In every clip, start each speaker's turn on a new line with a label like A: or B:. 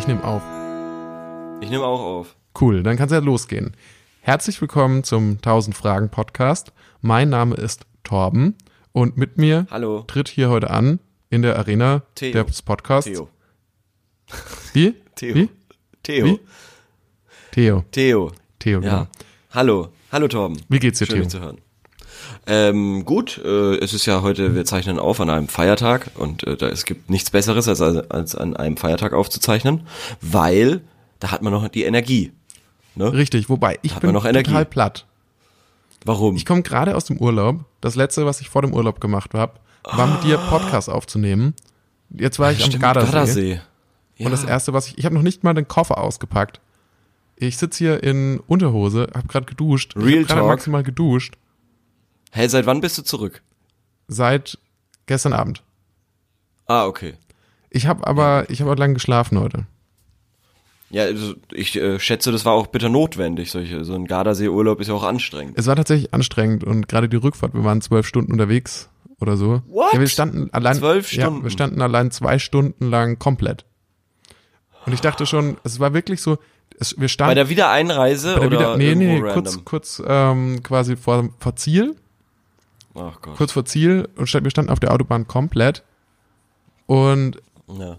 A: schon auf?
B: Ich nehme auch auf.
A: Cool, dann kann es ja losgehen. Herzlich willkommen zum 1000 Fragen Podcast. Mein Name ist Torben und mit mir
B: Hallo,
A: tritt hier heute an in der Arena
B: Theo.
A: des Podcasts.
B: Theo.
A: Wie?
B: Theo.
A: Wie?
B: Theo.
A: Wie? Theo.
B: Theo.
A: Theo, genau.
B: Ja. Hallo. Hallo, Torben.
A: Wie geht's dir,
B: Schön,
A: Theo?
B: dich zu hören. Ähm, gut, äh, es ist ja heute, wir zeichnen auf an einem Feiertag und äh, da, es gibt nichts Besseres, als, als an einem Feiertag aufzuzeichnen, weil da hat man noch die Energie.
A: Richtig, wobei ich
B: Hat
A: bin
B: man noch Energie?
A: total platt.
B: Warum?
A: Ich komme gerade aus dem Urlaub. Das letzte, was ich vor dem Urlaub gemacht habe, war mit dir Podcast aufzunehmen. Jetzt war ich am
B: Ah. Stimmt,
A: Gardasee.
B: Ja.
A: Und das erste, was ich, ich habe noch nicht mal den Koffer ausgepackt. Ich sitze hier in Unterhose, habe gerade geduscht. ich
B: Real
A: hab gerade
B: Talk.
A: maximal geduscht
B: hey, seit wann bist du zurück?
A: seit gestern Abend.
B: Ah, okay.
A: Ich habe aber, ich habe auch lange geschlafen heute.
B: Ja, also ich äh, schätze, das war auch bitter notwendig. Solche, so ein Gardasee-Urlaub ist ja auch anstrengend.
A: Es war tatsächlich anstrengend und gerade die Rückfahrt, wir waren zwölf Stunden unterwegs oder so.
B: What?
A: Ja, wir standen allein,
B: Zwölf
A: Ja,
B: Stunden?
A: wir standen allein zwei Stunden lang komplett. Und ich dachte schon, es war wirklich so, es, wir standen
B: Bei der Wiedereinreise
A: Ah. bei der Wieder-
B: oder
A: nee,
B: irgendwo
A: nee, kurz,
B: random?
A: kurz ähm, quasi vor, vor Ziel,
B: Ach Gott.
A: kurz vor Ziel und stand, wir standen auf der Autobahn komplett und
B: Ja.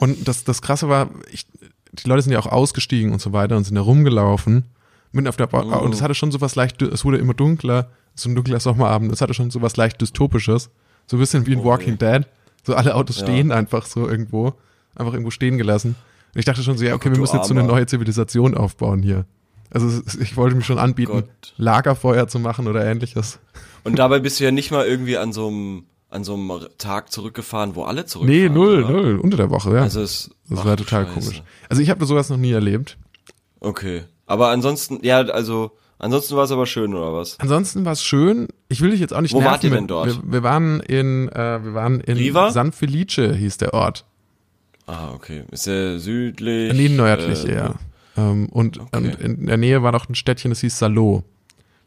A: Und das, das Krasse war, ich, die Leute sind ja auch ausgestiegen und so weiter und sind da rumgelaufen. Mitten auf der ba
B: Oh.
A: Und es hatte schon so was leicht, es wurde immer dunkler, so ein dunkler Sommerabend, es hatte schon so was leicht dystopisches. So ein bisschen wie
B: Oh,
A: in Walking Dead. So alle Autos stehen einfach so irgendwo, einfach irgendwo stehen gelassen. Und ich dachte schon so, ja, okay, wir
B: du
A: müssen jetzt so eine
B: Armer.
A: neue Zivilisation aufbauen hier. Also es ist- ich wollte mich schon anbieten,
B: Oh Gott.
A: Lagerfeuer zu machen oder ähnliches.
B: Und dabei bist du ja nicht mal irgendwie an so einem an so einem Tag zurückgefahren, wo alle zurückfahren.
A: Nee, null,
B: oder?
A: null, unter der Woche, ja.
B: Also es
A: das
B: ach
A: war
B: du
A: total
B: Scheiße.
A: komisch. Also ich habe sowas noch nie erlebt.
B: Okay. Aber ansonsten, ja, also ansonsten war es aber schön oder was?
A: Ansonsten war es schön. Ich will dich jetzt auch nicht
B: Wo
A: nerven.
B: wart ihr
A: mit-
B: denn dort?
A: Wir, wir waren in, äh, wir waren in
B: Riva?
A: San Felice hieß der Ort.
B: Ah, okay. Ist ja südlich.
A: Nee, nördlich
B: äh,
A: eher. Ähm, und, und in der Nähe war noch ein Städtchen, das hieß Salo.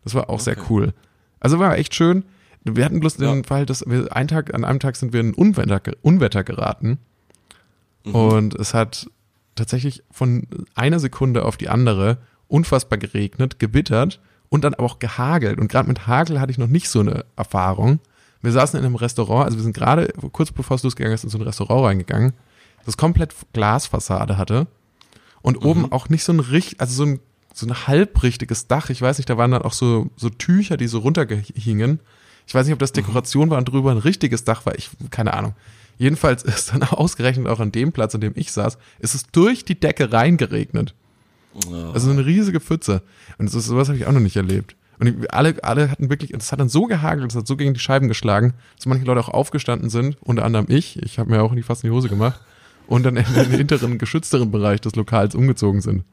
A: Das war auch sehr cool. Also war echt schön. Wir hatten bloß den Fall, dass wir einen Tag, an einem Tag sind wir in ein Unwetter, ge- Unwetter geraten. Und es hat tatsächlich von einer Sekunde auf die andere unfassbar geregnet, gewittert und dann aber auch gehagelt. Und gerade mit Hagel hatte ich noch nicht so eine Erfahrung. Wir saßen in einem Restaurant, also wir sind gerade kurz bevor es losgegangen ist, in so ein Restaurant reingegangen, das komplett Glasfassade hatte und oben auch nicht so ein richt, also so ein so ein halbrichtiges Dach. Ich weiß nicht, da waren dann auch so so Tücher, die so runtergehingen. Ich weiß nicht, ob das Dekoration war und drüber ein richtiges Dach war. Ich keine Ahnung. Jedenfalls ist dann ausgerechnet auch an dem Platz, an dem ich saß, ist es durch die Decke reingeregnet. Also so eine riesige Pfütze. Und so sowas habe ich auch noch nicht erlebt. Und ich- alle, alle hatten wirklich, und es hat dann so gehagelt, es hat so gegen die Scheiben geschlagen, dass manche Leute auch aufgestanden sind, unter anderem ich. Ich habe mir auch in die fast in die Hose gemacht. Und dann in den hinteren, geschützteren Bereich des Lokals umgezogen sind.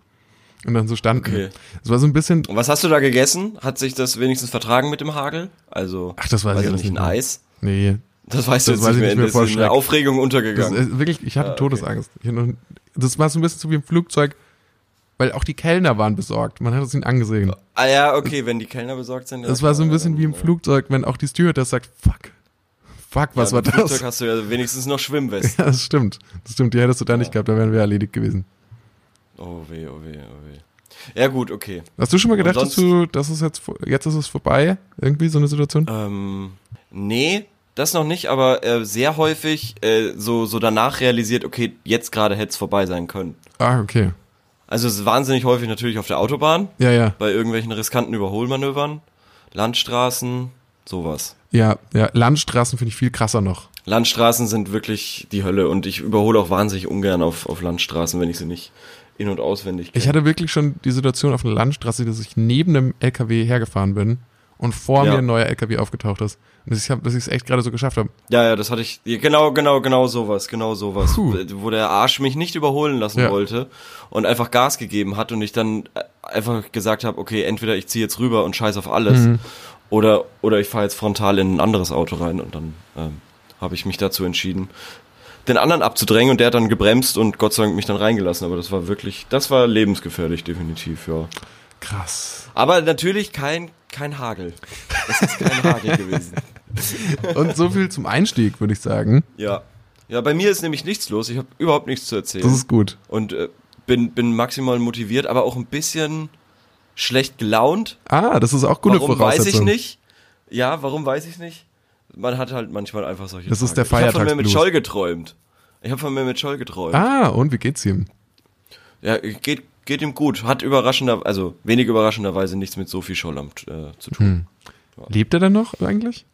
A: Und dann so standen.
B: Okay.
A: Es war so ein bisschen,
B: Und was hast du da gegessen? Hat sich das wenigstens vertragen mit dem Hagel? Also
A: Ach, das weiß ich alles
B: nicht,
A: nicht
B: ein
A: mehr.
B: Eis?
A: nee,
B: Das weißt du
A: Das
B: jetzt
A: weiß ich
B: nicht mehr,
A: nicht mehr,
B: das
A: voll
B: ist in der
A: schlecht.
B: Aufregung
A: Das,
B: untergegangen.
A: äh, wirklich, ich
B: Ah,
A: hatte Todesangst. Ich hatte noch, das war so ein bisschen so wie im Flugzeug, weil auch die Kellner waren besorgt. Man hat es ihnen angesehen.
B: ah ja, okay, wenn die Kellner besorgt sind. ja,
A: Das war so ein
B: klar,
A: bisschen
B: dann,
A: wie im
B: äh,
A: Flugzeug, wenn auch die Stewardess sagt, fuck, fuck, was
B: ja,
A: war
B: im Flugzeug
A: das?
B: hast du ja wenigstens noch Schwimmwesten.
A: Ja, das stimmt. Das stimmt, die hättest du da nicht gehabt, da wären wir erledigt gewesen.
B: Oh weh, oh weh, oh weh. Ja gut, okay.
A: Hast du schon mal gedacht, dass
B: sonst-
A: du, das ist jetzt, vor- jetzt ist es vorbei? Irgendwie so eine Situation?
B: Ähm, nee, das noch nicht, aber äh, sehr häufig äh, so, so danach realisiert, okay, jetzt gerade hätte es vorbei sein können.
A: Ah, okay.
B: Also es ist wahnsinnig häufig natürlich auf der Autobahn,
A: Ja, ja.
B: bei irgendwelchen riskanten Überholmanövern, Landstraßen, sowas.
A: Ja, ja. Landstraßen finde ich viel krasser noch.
B: Landstraßen sind wirklich die Hölle und ich überhole auch wahnsinnig ungern auf, auf Landstraßen, wenn ich sie nicht in- und auswendig kenne.
A: Ich hatte wirklich schon die Situation auf einer Landstraße, dass ich neben einem LKW hergefahren bin und vor
B: Ja.
A: mir ein neuer LKW aufgetaucht ist. Und dass ich hab- dass ich es echt gerade so geschafft habe.
B: Ja, ja, das hatte ich. ja, Genau, genau, genau sowas, genau sowas.
A: Puh.
B: Wo der Arsch mich nicht überholen lassen
A: Ja.
B: wollte und einfach Gas gegeben hat und ich dann äh, einfach gesagt habe, okay, entweder ich ziehe jetzt rüber und scheiß auf alles
A: Mhm.
B: oder, oder ich fahre jetzt frontal in ein anderes Auto rein und dann ähm, habe ich mich dazu entschieden, den anderen abzudrängen und der hat dann gebremst und Gott sei Dank mich dann reingelassen. Aber das war wirklich, das war lebensgefährlich, definitiv, ja.
A: Krass.
B: Aber natürlich kein, kein Hagel. Es ist kein Hagel gewesen.
A: Und so viel zum Einstieg, würde ich sagen.
B: Ja. Ja, bei mir ist nämlich nichts los. Ich habe überhaupt nichts zu erzählen.
A: Das ist gut.
B: Und äh, bin, bin maximal motiviert, aber auch ein bisschen schlecht gelaunt.
A: Ah, das ist auch gute
B: warum weiß ich
A: Voraussetzung.
B: nicht? Ja, warum weiß ich nicht? Man hat halt manchmal einfach solche
A: Das ist
B: Tage.
A: der
B: Ich habe von mir mit
A: Feiertagsblues.
B: Scholl geträumt. Ich habe von mir mit Scholl geträumt.
A: Ah, und wie geht's ihm?
B: Ja, geht, geht ihm gut. Hat überraschender, also wenig überraschenderweise nichts mit Sophie Scholl am, äh, zu
A: Mhm.
B: tun.
A: Lebt er denn noch eigentlich?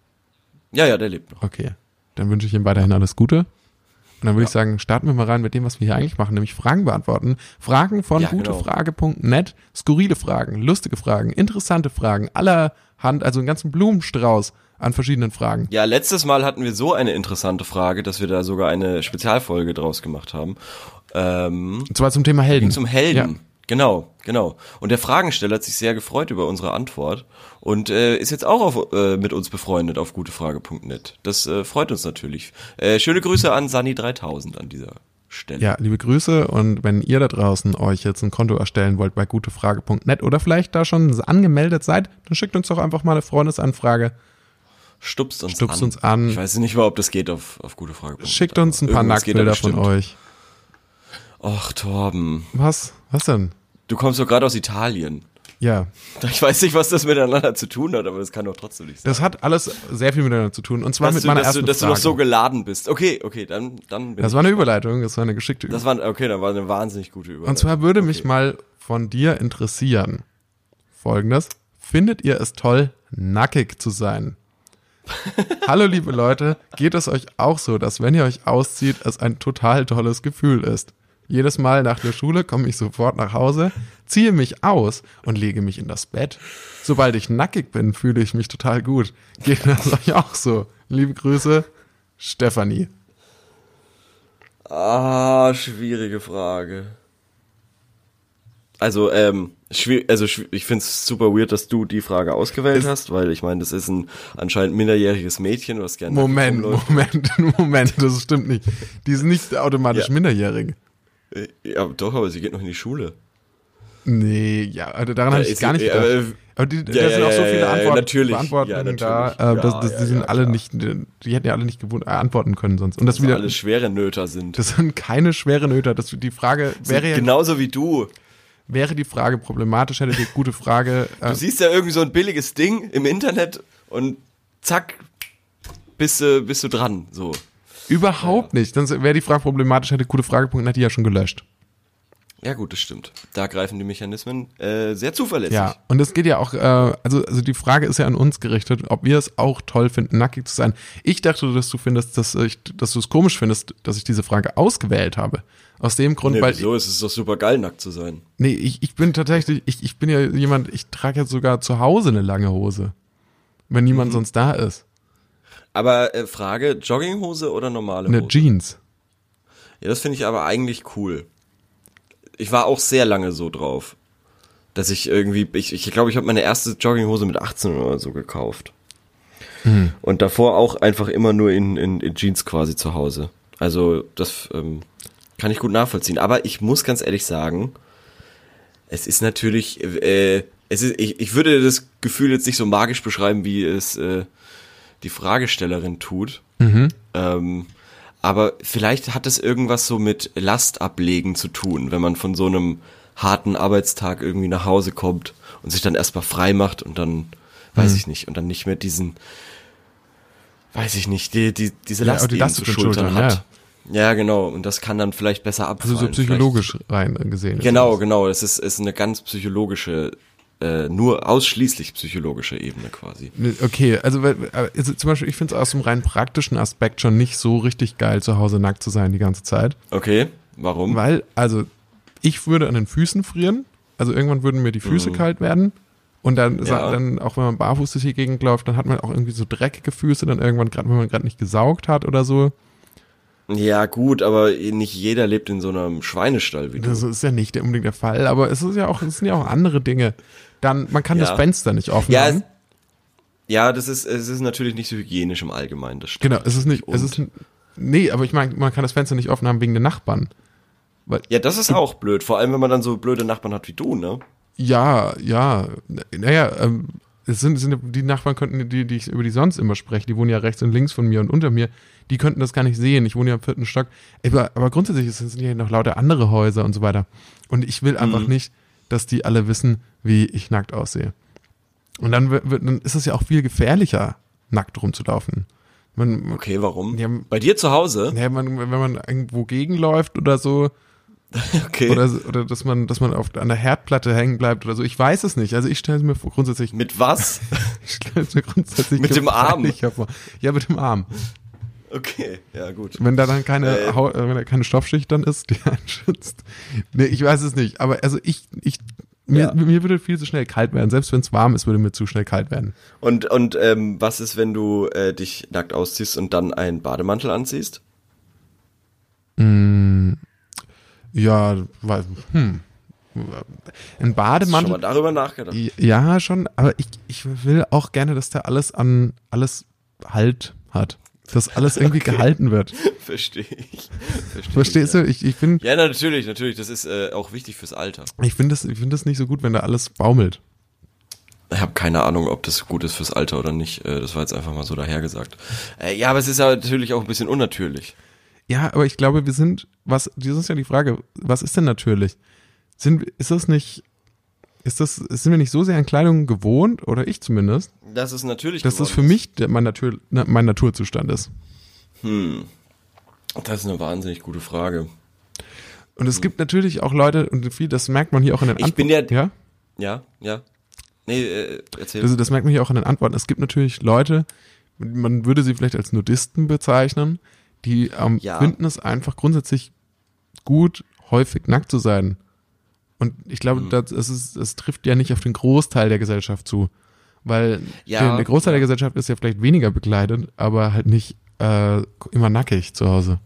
B: Ja, ja, der lebt noch.
A: Okay. Dann wünsche ich ihm weiterhin alles Gute. Und dann würde ich sagen, starten wir mal rein mit dem, was wir hier eigentlich machen, nämlich Fragen beantworten. Fragen von
B: Ja, genau.
A: gutefrage.net, skurrile Fragen, lustige Fragen, interessante Fragen, allerhand, also einen ganzen Blumenstrauß an verschiedenen Fragen.
B: Ja, letztes Mal hatten wir so eine interessante Frage, dass wir da sogar eine Spezialfolge draus gemacht haben. Ähm,
A: Und zwar zum Thema Helden.
B: zum Helden.
A: Ja.
B: Genau, genau. Und der Fragensteller hat sich sehr gefreut über unsere Antwort und äh, ist jetzt auch auf, äh, mit uns befreundet auf gutefrage.net. Das äh, freut uns natürlich. Äh, schöne Grüße an Sani3000 an dieser Stelle.
A: Ja, liebe Grüße und wenn ihr da draußen euch jetzt ein Konto erstellen wollt bei gutefrage.net oder vielleicht da schon angemeldet seid, dann schickt uns doch einfach mal eine Freundesanfrage,
B: Stupst uns
A: Stupst
B: an.
A: uns an.
B: Ich weiß nicht mal, ob das geht auf, auf gutefrage.net.
A: schickt uns ein
B: aber
A: paar
B: irgendwas geht da
A: Nacktbilder von
B: bestimmt.
A: euch.
B: Och, Torben,
A: Was? Was denn?
B: du kommst doch gerade aus Italien.
A: Ja,
B: Ich weiß nicht, was das miteinander zu tun hat, aber das kann doch trotzdem nicht sein.
A: das hat alles sehr viel miteinander zu tun und zwar
B: dass
A: mit
B: du,
A: meiner
B: dass, du,
A: ersten
B: dass du
A: Frage.
B: noch so geladen bist. Okay, okay, dann, dann bin
A: das
B: ich.
A: war eine Überleitung, das war eine geschickte Überleitung.
B: Das war, okay, da war eine wahnsinnig gute Überleitung.
A: Und zwar würde mich mal von dir interessieren folgendes. Findet ihr es toll, nackig zu sein? Hallo liebe Leute, geht es euch auch so, dass wenn ihr euch auszieht, es ein total tolles Gefühl ist? Jedes Mal nach der Schule komme ich sofort nach Hause, ziehe mich aus und lege mich in das Bett. Sobald ich nackig bin, fühle ich mich total gut. Geht das euch auch so? Liebe Grüße, Stefanie.
B: Ah, schwierige Frage. Also, ähm, schwier also schw- ich finde es super weird, dass du die Frage ausgewählt hast, weil ich meine, das ist ein anscheinend minderjähriges Mädchen, was gerne nackt
A: Moment,
B: rumläuft.
A: Moment, Moment, das stimmt nicht. Die sind nicht automatisch
B: Ja.
A: minderjährig.
B: Äh, Ja, doch, aber sie geht noch in die Schule.
A: Nee, ja, also daran habe
B: Ja,
A: ich
B: ist-
A: gar nicht
B: äh,
A: gedacht.
B: äh,
A: aber die, da
B: ja,
A: sind
B: ja,
A: auch so
B: ja,
A: viele
B: ja,
A: Antworten,
B: natürlich. Ja,
A: Beantwortungen
B: natürlich.
A: da, äh,
B: Ja,
A: das, das, die
B: ja,
A: sind
B: ja,
A: alle
B: klar.
A: nicht, die hätten ja alle nicht gewohnt, äh, antworten können sonst. Und das,
B: Wieder
A: wieder,
B: alle schwere Nöter sind.
A: das sind keine schweren Nöter. Das, die Frage wäre, ja-
B: Genauso wie du.
A: wäre die Frage problematisch, hätte die gute Frage. Äh,
B: Du siehst ja irgendwie so ein billiges Ding im Internet und zack, bist du, bist du dran. So.
A: überhaupt nicht. Sonst wäre die Frage problematisch, hätte gute Frage.net die ja schon gelöscht.
B: Ja, gut, das stimmt. Da greifen die Mechanismen äh, sehr zuverlässig.
A: Ja, und es geht ja auch, äh, also, also die Frage ist ja an uns gerichtet, ob wir es auch toll finden, nackig zu sein. Ich dachte, dass du findest, dass, ich, dass du es komisch findest, dass ich diese Frage ausgewählt habe. Aus dem Grund,
B: Nee,
A: weil
B: wieso? Es ist doch super geil, nackt zu sein.
A: Nee, ich, ich bin tatsächlich, ich, ich bin ja jemand, ich trage jetzt sogar zu Hause eine lange Hose. Wenn niemand
B: Mhm.
A: sonst da ist.
B: Aber äh, Frage, Jogginghose oder normale
A: Eine
B: Hose?
A: Jeans.
B: ja, das finde ich aber eigentlich cool. Ich war auch sehr lange so drauf, dass ich irgendwie, ich glaube, ich, glaub, ich habe meine erste Jogginghose mit 18 oder so gekauft. Und davor auch einfach immer nur in, in, in Jeans quasi zu Hause. Also das ähm, kann ich gut nachvollziehen. Aber ich muss ganz ehrlich sagen, es ist natürlich, äh, es ist, ich, ich würde das Gefühl jetzt nicht so magisch beschreiben, wie es äh, die Fragestellerin tut.
A: Mhm.
B: Ähm, aber vielleicht hat es irgendwas so mit Last ablegen zu tun, wenn man von so einem harten Arbeitstag irgendwie nach Hause kommt und sich dann erstmal frei macht und dann, weiß
A: Mhm.
B: ich nicht, und dann nicht mehr diesen, weiß ich nicht, die, die, diese
A: Ja,
B: Last,
A: aber die
B: eben
A: Last
B: zu
A: zu den
B: schultern,
A: Schultern,
B: hat. Ja. genau. Und das kann dann vielleicht besser abfallen.
A: Also so
B: vielleicht-
A: psychologisch rein gesehen. ist
B: Genau,
A: das.
B: genau. Das ist, ist eine ganz psychologische, äh, nur ausschließlich psychologische Ebene quasi.
A: Nee, Okay, also weil- aber ist- zum Beispiel, ich finde es aus dem rein praktischen Aspekt schon nicht so richtig geil, zu Hause nackt zu sein die ganze Zeit.
B: Okay, warum?
A: Weil, also, ich würde an den Füßen frieren. Also irgendwann würden mir die Füße kalt werden. Und dann, sa-
B: Mhm. Ja.
A: dann, auch wenn man barfuß durch die Gegend läuft, dann hat man auch irgendwie so dreckige Füße, dann irgendwann, gerade wenn man gerade nicht gesaugt hat oder so.
B: Ja, gut, aber nicht jeder lebt in so einem Schweinestall wie du.
A: Das ist ja nicht unbedingt der Fall, aber es ist ja auch, es sind ja auch andere Dinge. Dann, man kann
B: Ja.
A: das Fenster nicht offen
B: Ja,
A: haben.
B: es- ja, das ist, es ist natürlich nicht so hygienisch im Allgemeinen, das stimmt.
A: Genau, es ist nicht, es ist, nee, aber ich meine, man kann das Fenster nicht offen haben wegen den Nachbarn. Weil,
B: Ja, das ist auch blöd, vor allem wenn man dann so blöde Nachbarn hat wie du, ne?
A: ja, ja, n- naja, ähm, es sind, sind die Nachbarn könnten, die, die ich, über die sonst immer spreche, die wohnen ja rechts und links von mir und unter mir, die könnten das gar nicht sehen. Ich wohne ja im vierten Stock. Aber, aber grundsätzlich sind hier noch lauter andere Häuser und so weiter. Und ich will einfach
B: Mhm.
A: nicht, dass die alle wissen, wie ich nackt aussehe. Und dann, wird, wird- dann ist es ja auch viel gefährlicher, nackt rumzulaufen. Man, man-
B: Okay, warum?
A: Ja,
B: Bei dir zu Hause?
A: ja, man, wenn man irgendwo gegenläuft oder so,
B: Okay.
A: oder, oder dass man, dass man auf, an der Herdplatte hängen bleibt oder so, ich weiß es nicht. Also ich stelle es mir vor- grundsätzlich
B: Mit was?
A: Ich stell's mir grundsätzlich
B: Mit dem Arm.
A: gefährlicher Vor. Ja, mit dem Arm.
B: Okay, ja gut.
A: Wenn da dann keine,
B: Äh.
A: Haut, äh, wenn da keine Stoffschicht dann ist, die einen schützt. Nee, ich weiß es nicht. Aber also ich, ich mir,
B: Ja.
A: mir würde viel zu schnell kalt werden. Selbst wenn es warm ist, würde mir zu schnell kalt werden.
B: Und, und ähm, was ist, wenn du äh, dich nackt ausziehst und dann einen Bademantel anziehst?
A: Ja, weil, hm. Ein
B: Hast du schon mal
A: Bademantel.
B: darüber nachgedacht?
A: Ja, schon, aber ich, ich will auch gerne, dass da alles an alles Halt hat. Dass alles irgendwie gehalten wird.
B: Verstehe ich. Versteh
A: Verstehst
B: ich,
A: du? Ich, ich bin,
B: Ja, na, natürlich, natürlich. Das ist äh, auch wichtig fürs Alter.
A: ich finde das, ich finde das nicht so gut, wenn da alles baumelt.
B: Ich habe keine Ahnung, ob das gut ist fürs Alter oder nicht. Äh, das war jetzt einfach mal so dahergesagt. Äh, ja, aber es ist ja natürlich auch ein bisschen unnatürlich.
A: Ja, aber ich glaube, wir sind, was, das ist ja die Frage, was ist denn natürlich? Sind, ist das nicht, ist das, sind wir nicht so sehr an Kleidung gewohnt, oder ich zumindest,
B: Das ist natürlich.
A: dass das
B: geworden
A: für mich der, mein, Natur, na, mein Naturzustand ist?
B: Das ist eine wahnsinnig gute Frage.
A: Und es gibt natürlich auch Leute, und viel, das merkt man hier auch in den
B: Ich bin ja-
A: ja?
B: Ja, ja. Nee, äh, erzähl.
A: Also das merkt man hier auch in den Antworten. Es gibt natürlich Leute, man würde sie vielleicht als Nudisten bezeichnen, die ähm,
B: Ja.
A: finden es einfach grundsätzlich gut, häufig nackt zu sein. Und ich glaube, das, es, ist, es trifft ja nicht auf den Großteil der Gesellschaft zu. Weil
B: Ja,
A: der, der Großteil der
B: ja.
A: Gesellschaft ist ja vielleicht weniger bekleidet, aber halt nicht äh, immer nackig zu Hause.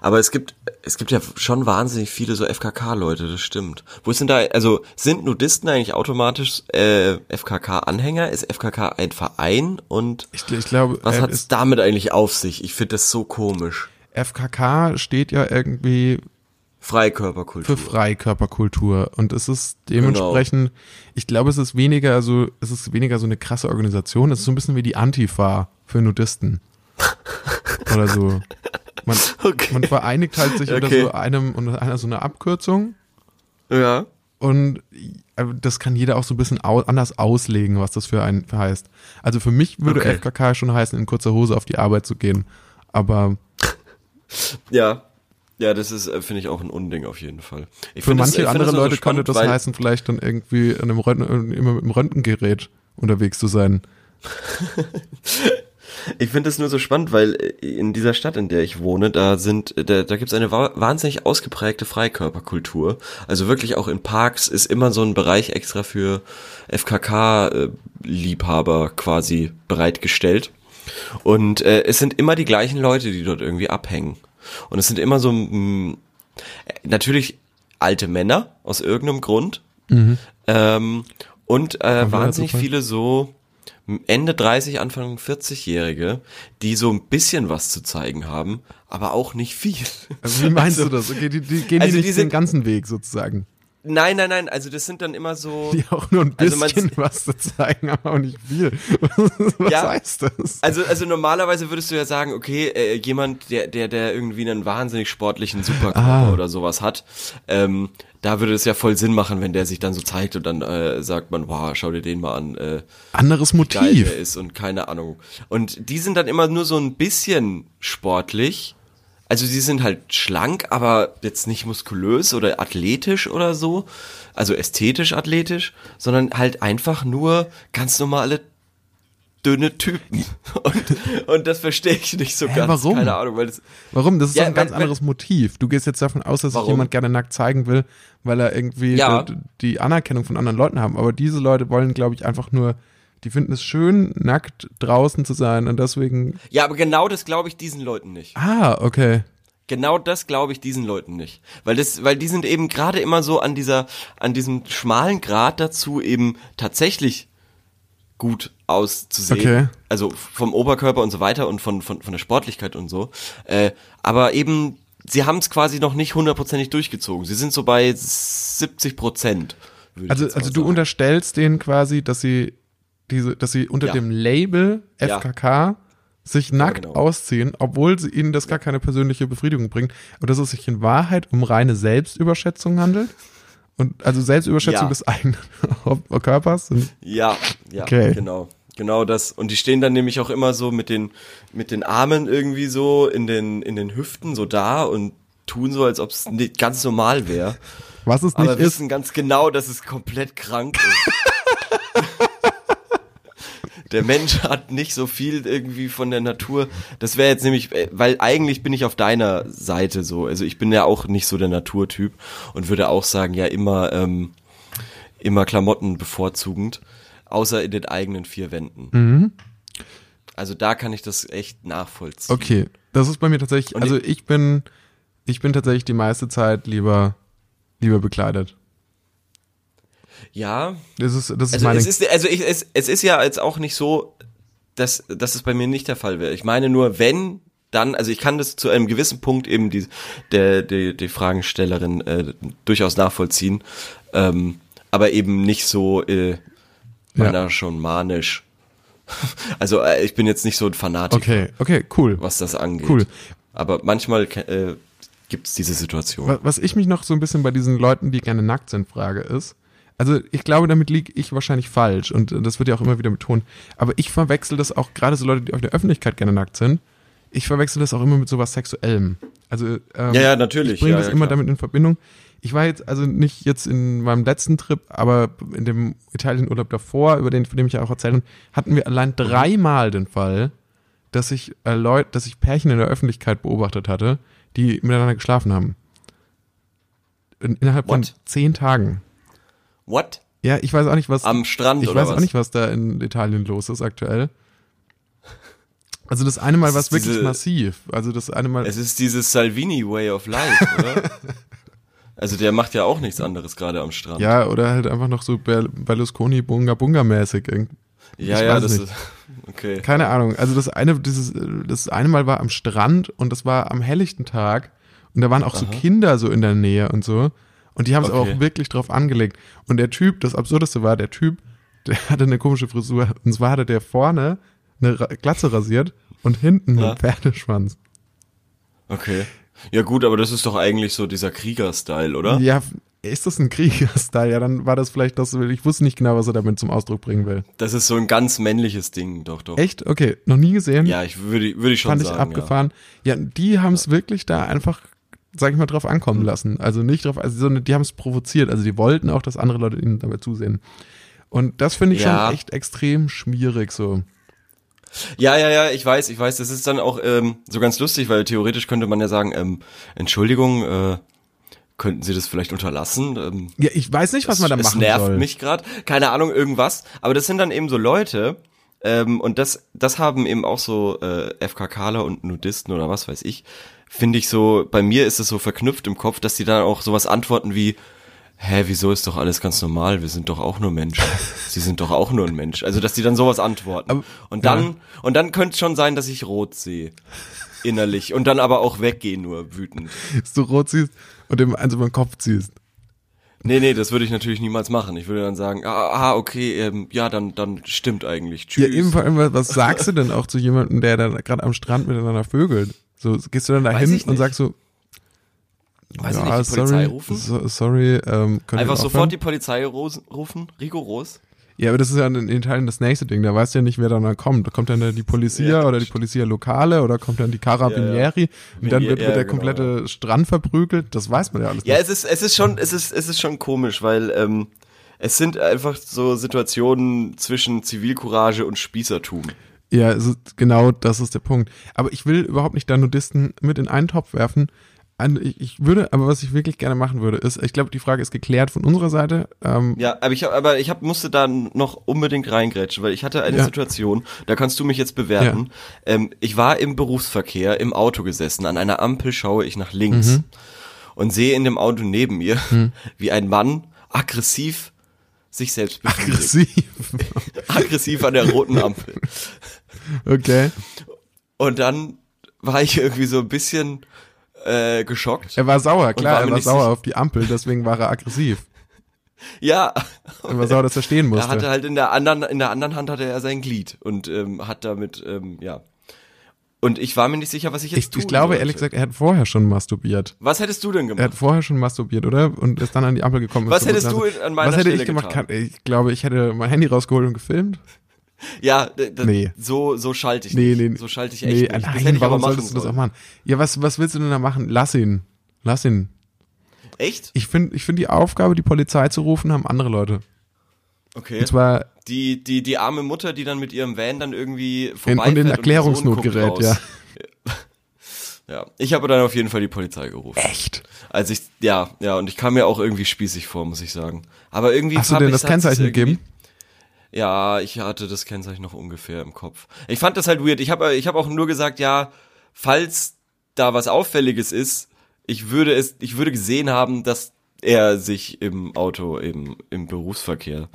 B: Aber es gibt, es gibt ja schon wahnsinnig viele so FKK-Leute, das stimmt. Wo ist denn da, also sind Nudisten eigentlich automatisch äh, FKK-Anhänger? Ist FKK ein Verein? Und
A: Ich, ich glaube,
B: was
A: äh,
B: hat es
A: es-
B: damit eigentlich auf sich? Ich finde das so komisch.
A: FKK steht ja irgendwie
B: Freikörperkultur.
A: für Freikörperkultur und es ist dementsprechend,
B: Genau.
A: ich glaube, es ist weniger so, es ist weniger so eine krasse Organisation, es ist so ein bisschen wie die Antifa für Nudisten oder so. Man,
B: Okay.
A: man vereinigt halt sich unter
B: Okay.
A: so einem unter einer so einer Abkürzung
B: Ja.
A: und äh, das kann jeder auch so ein bisschen au anders auslegen, was das für einen heißt. Also für mich würde
B: Okay.
A: FKK schon heißen, in kurzer Hose auf die Arbeit zu gehen, aber
B: Ja. Ja, das ist, äh, finde ich, auch ein Unding auf jeden Fall. Ich
A: Für
B: find das-
A: manche
B: ich find
A: andere
B: das nur so
A: Leute könnte
B: spannend,
A: das
B: weil-
A: heißen, vielleicht dann irgendwie in einem Röntgen, immer mit einem Röntgengerät unterwegs zu sein.
B: Ich finde das nur so spannend, weil äh, in dieser Stadt, in der ich wohne, da sind, äh, da, da gibt es eine wa- wahnsinnig ausgeprägte Freikörperkultur. Also wirklich auch in Parks ist immer so ein Bereich extra für FKK-Liebhaber äh, quasi bereitgestellt. Und äh, es sind immer die gleichen Leute, die dort irgendwie abhängen. Und es sind immer so mh, äh, natürlich alte Männer aus irgendeinem Grund. Ähm, und äh,
A: wieder
B: wahnsinnig
A: zurück.
B: viele so Ende 30, Anfang 40-Jährige, die so ein bisschen was zu zeigen haben, aber auch nicht viel.
A: Also wie meinst du das? Okay, die, die gehen
B: also
A: die
B: die
A: nicht den
B: sind-
A: ganzen Weg sozusagen.
B: Nein, nein, nein, also das sind dann immer so.
A: Die auch nur ein
B: Also
A: bisschen
B: meinst-
A: was zu zeigen, aber auch nicht viel. Was, was
B: Ja.
A: heißt das?
B: Also, also normalerweise würdest du ja sagen, okay, äh, jemand, der, der, der irgendwie einen wahnsinnig sportlichen Superkörper oder sowas hat, ähm, da würde es ja voll Sinn machen, wenn der sich dann so zeigt und dann äh, sagt man, wow, schau dir den mal an, äh,
A: Anderes
B: geil
A: Motiv.
B: der ist und keine Ahnung. Und die sind dann immer nur so ein bisschen sportlich. Also die sind halt schlank, aber jetzt nicht muskulös oder athletisch oder so, also ästhetisch athletisch, sondern halt einfach nur ganz normale dünne Typen. Und, und das verstehe ich nicht so ganz.
A: warum?
B: Keine Ahnung, weil das,
A: Warum? Das ist
B: Ja,
A: doch ein ganz
B: weil- weil-
A: anderes Motiv. Du gehst jetzt davon aus, dass sich
B: Warum?
A: jemand gerne nackt zeigen will, weil er irgendwie
B: Ja.
A: die, die Anerkennung von anderen Leuten haben. Aber diese Leute wollen, glaube ich, einfach nur, die finden es schön, nackt draußen zu sein und deswegen.
B: ja, aber genau das glaube ich diesen Leuten nicht.
A: Ah, okay.
B: Genau das glaube ich diesen Leuten nicht, weil das, weil die sind eben gerade immer so an dieser, an diesem schmalen Grad dazu eben tatsächlich gut auszusehen,
A: Okay.
B: also vom Oberkörper und so weiter und von von, von der Sportlichkeit und so, äh, aber eben sie haben es quasi noch nicht hundertprozentig durchgezogen. Sie sind so bei 70 Prozent würde ich
A: Also,
B: jetzt mal
A: also du
B: sagen.
A: unterstellst denen quasi, dass sie diese, dass sie unter
B: Ja.
A: dem Label
B: Ja.
A: FKK sich nackt
B: genau.
A: ausziehen, obwohl sie ihnen das gar keine persönliche Befriedigung bringt, aber dass es sich in Wahrheit um reine Selbstüberschätzung handelt und also Selbstüberschätzung
B: Ja.
A: des eigenen Körpers. Und,
B: Ja, ja,
A: Okay.
B: genau. Genau das. Und die stehen dann nämlich auch immer so mit den, mit den Armen irgendwie so in den, in den Hüften so da und tun so, als ob es nicht ganz normal wäre.
A: was es
B: Aber
A: nicht ist,
B: wissen ganz genau, dass es komplett krank ist. Der Mensch hat nicht so viel irgendwie von der Natur. Das wäre jetzt nämlich, äh, weil eigentlich bin ich auf deiner Seite so. Also ich bin ja auch nicht so der Naturtyp und würde auch sagen, ja immer, ähm, immer Klamotten bevorzugend, außer in den eigenen vier Wänden.
A: Mhm.
B: Also da kann ich das echt nachvollziehen.
A: Okay, das ist bei mir tatsächlich,
B: Und
A: also ich bin, ich bin tatsächlich die meiste Zeit lieber, lieber bekleidet.
B: Ja,
A: Das ist, das ist
B: Also
A: meine,
B: es ist, also ich, es, es ist ja jetzt auch nicht so, dass, dass es bei mir nicht der Fall wäre. Ich meine nur, wenn, dann, also ich kann das zu einem gewissen Punkt eben die, der, die, die Fragestellerin äh, durchaus nachvollziehen, ähm, aber eben nicht so äh,
A: Ja.
B: meiner schon manisch. Also äh, ich bin jetzt nicht so ein Fanatiker,
A: okay, okay, cool.
B: was das angeht.
A: Cool.
B: Aber manchmal äh, gibt es diese Situation.
A: Wa- Was ich mich noch so ein bisschen bei diesen Leuten, die gerne nackt sind, frage ist, also ich glaube, damit liege ich wahrscheinlich falsch und äh, das wird ja auch immer wieder betont, aber ich verwechsel das auch, gerade so Leute, die auf der Öffentlichkeit gerne nackt sind, ich verwechsel das auch immer mit sowas Sexuellem. Also, ähm,
B: Ja, ja, natürlich.
A: Ich bringe
B: Ja,
A: das
B: ja,
A: immer
B: klar.
A: damit in Verbindung. Ich war jetzt also nicht jetzt in meinem letzten Trip, aber in dem Italienurlaub davor, über den, von dem ich ja auch erzählt habe, hatten wir allein dreimal den Fall, dass ich äh, Leute, dass ich Pärchen in der Öffentlichkeit beobachtet hatte, die miteinander geschlafen haben. In, innerhalb von
B: What?
A: zehn Tagen.
B: What?
A: Ja, ich weiß auch nicht, was.
B: Am Strand
A: ich
B: oder
A: weiß
B: was?
A: auch nicht, was da in Italien los ist aktuell. Also das eine Mal
B: Das
A: war
B: ist
A: es wirklich
B: diese-
A: massiv. Also das eine Mal.
B: Es ist dieses Salvini Way of Life, oder? also der macht ja auch nichts anderes gerade am Strand.
A: Ja, oder halt einfach noch so Ber- Berlusconi Bunga Bunga mäßig. irgend-
B: ja,
A: ich
B: ja,
A: weiß
B: das
A: es
B: ist okay.
A: Keine Ahnung. Also das eine, dieses, äh, das eine Mal war am Strand und das war am helllichten Tag und da waren auch so Kinder so in der Nähe und so und die haben es aber
B: Okay.
A: auch wirklich drauf angelegt. Und der Typ, das Absurdeste war, der Typ, der hatte eine komische Frisur und zwar hatte der vorne eine Ra- Glatze rasiert und hinten
B: Ja.
A: einen Pferdeschwanz.
B: Okay. Ja gut, aber das ist doch eigentlich so dieser Krieger-Style, oder?
A: Ja, f- ist das ein Kriegerstyle? Ja, dann war das vielleicht das, ich wusste nicht genau, was er damit zum Ausdruck bringen will.
B: Das ist so ein ganz männliches Ding, doch, doch.
A: Echt? Okay, noch nie gesehen.
B: Ja, ich würde, würde ich schon
A: fand ich
B: sagen.
A: abgefahren. Ja, die haben es wirklich da einfach, sag ich mal, drauf
B: Mhm.
A: ankommen lassen. Also nicht drauf, also sondern die haben es provoziert. Also die wollten auch, dass andere Leute ihnen dabei zusehen. Und das finde ich
B: Ja.
A: schon echt extrem schmierig so.
B: Ja. ja, ja, ja, ich weiß, ich weiß. Das ist dann auch ähm, so ganz lustig, weil theoretisch könnte man ja sagen, ähm, Entschuldigung, äh, könnten Sie das vielleicht unterlassen? Ähm,
A: Ja, ich weiß nicht, was man da
B: es
A: machen
B: nervt
A: soll.
B: mich gerade. Keine Ahnung, irgendwas. Aber das sind dann eben so Leute. Ähm, und das, das haben eben auch so äh, FKKler und Nudisten oder was weiß ich. Finde ich so, bei mir ist es so verknüpft im Kopf, dass die dann auch sowas antworten wie, hä, wieso ist doch alles ganz normal? Wir sind doch auch nur Menschen. Sie sind doch auch nur ein Mensch. Also, dass die dann sowas antworten. und dann, und dann könnte es schon sein, dass ich rot sehe. Innerlich. Und dann aber auch weggehe nur wütend.
A: Dass du rot siehst und dem eins über den Kopf ziehst.
B: Nee, nee, das würde ich natürlich niemals machen. Ich würde dann sagen, ah, ah okay, ähm, ja, dann, dann stimmt eigentlich. Tschüss.
A: Ja, eben vor allem, was- was sagst du denn auch zu jemandem, der da gerade am Strand miteinander vögelt? So, gehst du dann da
B: Weiß
A: hin
B: ich
A: und
B: nicht.
A: sagst so,
B: Weiß ich
A: ja,
B: nicht, die Polizei
A: sorry,
B: rufen?
A: so, sorry, ähm, können
B: Einfach
A: wir
B: sofort
A: aufhören?
B: die Polizei ros- rufen, rigoros.
A: Ja, aber das ist ja in Italien das nächste Ding. Da weißt du ja nicht, wer dann da kommt. Kommt dann die Polizia
B: Ja,
A: oder die Polizia Lokale oder kommt dann die Carabinieri und dann
B: Vinier-
A: wird,
B: ja,
A: wird der
B: genau,
A: komplette Strand verprügelt. Das weiß man ja alles
B: Ja,
A: nicht.
B: es ist, es ist schon, es ist, es ist schon komisch, weil ähm, es sind einfach so Situationen zwischen Zivilcourage und Spießertum.
A: Ja, es ist, genau das ist der Punkt. Aber ich will überhaupt nicht da Nudisten mit in einen Topf werfen. An- Ich ich würde, aber was ich wirklich gerne machen würde, ist, ich glaube, die Frage ist geklärt von unserer Seite. Ähm,
B: Ja, aber ich hab, aber ich hab, musste da noch unbedingt reingrätschen, weil ich hatte eine
A: Ja.
B: Situation, da kannst du mich jetzt bewerten. Ähm, ich war im Berufsverkehr im Auto gesessen, an einer Ampel schaue ich nach links
A: Mhm.
B: und sehe in dem Auto neben mir, wie ein Mann aggressiv sich selbst befriedigt.
A: Aggressiv.
B: aggressiv an der roten Ampel.
A: Okay.
B: Und dann war ich irgendwie so ein bisschen äh, geschockt.
A: Er war sauer,
B: war
A: klar,
B: mir
A: er war
B: nicht
A: sauer
B: sicher.
A: auf die Ampel, deswegen war er aggressiv.
B: Ja.
A: Was soll das verstehen musste.
B: Er hatte halt in der anderen, in der anderen Hand hatte er sein Glied und ähm, hat damit, ähm, ja. Und ich war mir nicht sicher, was ich jetzt
A: Ich,
B: tun
A: ich glaube,
B: sollte.
A: ehrlich gesagt, er hat vorher schon masturbiert.
B: Was hättest du denn
A: Er
B: gemacht?
A: hat vorher schon masturbiert, oder? Und ist dann an die Ampel gekommen. und
B: Was
A: zur
B: hättest
A: roten
B: du
A: Nase-
B: an meiner
A: Was hätte
B: Stelle
A: ich gemacht?
B: getan?
A: Kann- Ich glaube, ich hätte mein Handy rausgeholt und gefilmt.
B: Ja, d- d-
A: Nee.
B: so, so schalte ich
A: Nee,
B: nicht.
A: nee.
B: So schalte ich echt
A: Nee,
B: nicht. Das hätte
A: nein,
B: ich aber
A: warum
B: machen
A: solltest du das auch
B: sollen.
A: machen? Ja, was, was willst du denn da machen? Lass ihn. Lass ihn.
B: Echt?
A: Ich finde ich find die Aufgabe, die Polizei zu rufen, haben andere Leute.
B: Okay.
A: Und zwar
B: Die, die, die arme Mutter, die dann mit ihrem Van dann irgendwie
A: in,
B: vorbei
A: und in Erklärungsnot gerät, ja.
B: Ja, ich habe dann auf jeden Fall die Polizei gerufen.
A: Echt?
B: Als ich, ja, ja, und ich kam mir auch irgendwie spießig vor, muss ich sagen. Aber irgendwie.
A: Hast du
B: hab
A: denn
B: ich-
A: das
B: hat sich's
A: Kennzeichen
B: irgendwie-
A: gegeben?
B: Ja, ich hatte das Kennzeichen noch ungefähr im Kopf. Ich fand das halt weird. Ich habe ich hab auch nur gesagt, ja, falls da was Auffälliges ist, ich würde es, ich würde gesehen haben, dass er sich im Auto, im, im Berufsverkehr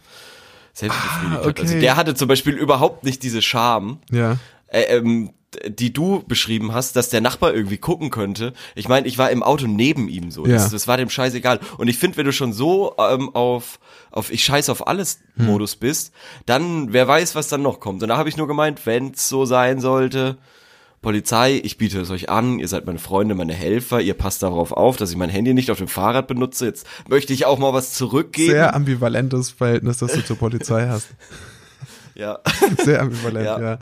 B: selbst befriedigt hat. Also
A: okay.
B: der hatte zum Beispiel überhaupt nicht diese Scham,
A: Ja.
B: äh, ähm, die du beschrieben hast, dass der Nachbar irgendwie gucken könnte. Ich meine, ich war im Auto neben ihm so.
A: Ja.
B: Das, das war dem Scheiß egal. Und ich finde, wenn du schon so ähm, auf, auf ich scheiß auf alles
A: Hm.
B: Modus bist, dann wer weiß, was dann noch kommt. Und da habe ich nur gemeint, wenn's so sein sollte, Polizei, ich biete es euch an, ihr seid meine Freunde, meine Helfer, ihr passt darauf auf, dass ich mein Handy nicht auf dem Fahrrad benutze. Jetzt möchte ich auch mal was zurückgeben.
A: Sehr ambivalentes Verhältnis, das du zur Polizei hast.
B: Ja.
A: Sehr ambivalent, ja.
B: Ja.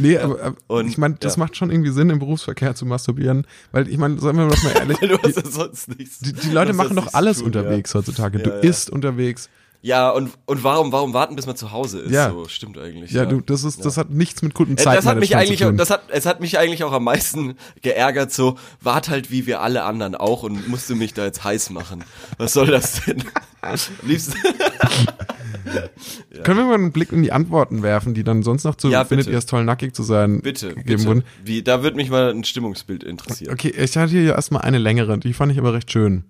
A: Nee, aber, aber
B: Und-
A: ich meine, das
B: ja.
A: macht schon irgendwie Sinn, im Berufsverkehr zu masturbieren, weil ich meine, sagen wir doch mal ehrlich,
B: Du hast
A: die,
B: ja sonst nichts.
A: die, die
B: du
A: Leute
B: hast
A: machen
B: sonst
A: doch
B: nichts zu
A: alles
B: tun, Ja.
A: unterwegs heutzutage. du
B: Ja, ja.
A: isst unterwegs.
B: Ja, und, und warum, warum warten, bis man zu Hause ist?
A: Ja.
B: So, stimmt eigentlich.
A: Ja, du, das ist, das hat nichts mit gutem
B: Äh, das hat mich
A: Zeitmanagement
B: eigentlich,
A: zu
B: auch-
A: tun.
B: das hat, es hat mich eigentlich auch am meisten geärgert, so, wart halt wie wir alle anderen auch und musst du mich da jetzt heiß machen. Was soll das denn? Am liebsten,
A: Können wir mal einen Blick in die Antworten werfen, die dann sonst noch zu
B: Ja,
A: findet
B: bitte.
A: ihr es toll nackig zu sein
B: bitte,
A: gegeben
B: bitte.
A: wurden?
B: Wie, da würde mich mal ein Stimmungsbild interessieren.
A: Okay, ich hatte hier erstmal eine längere, die fand ich aber recht schön.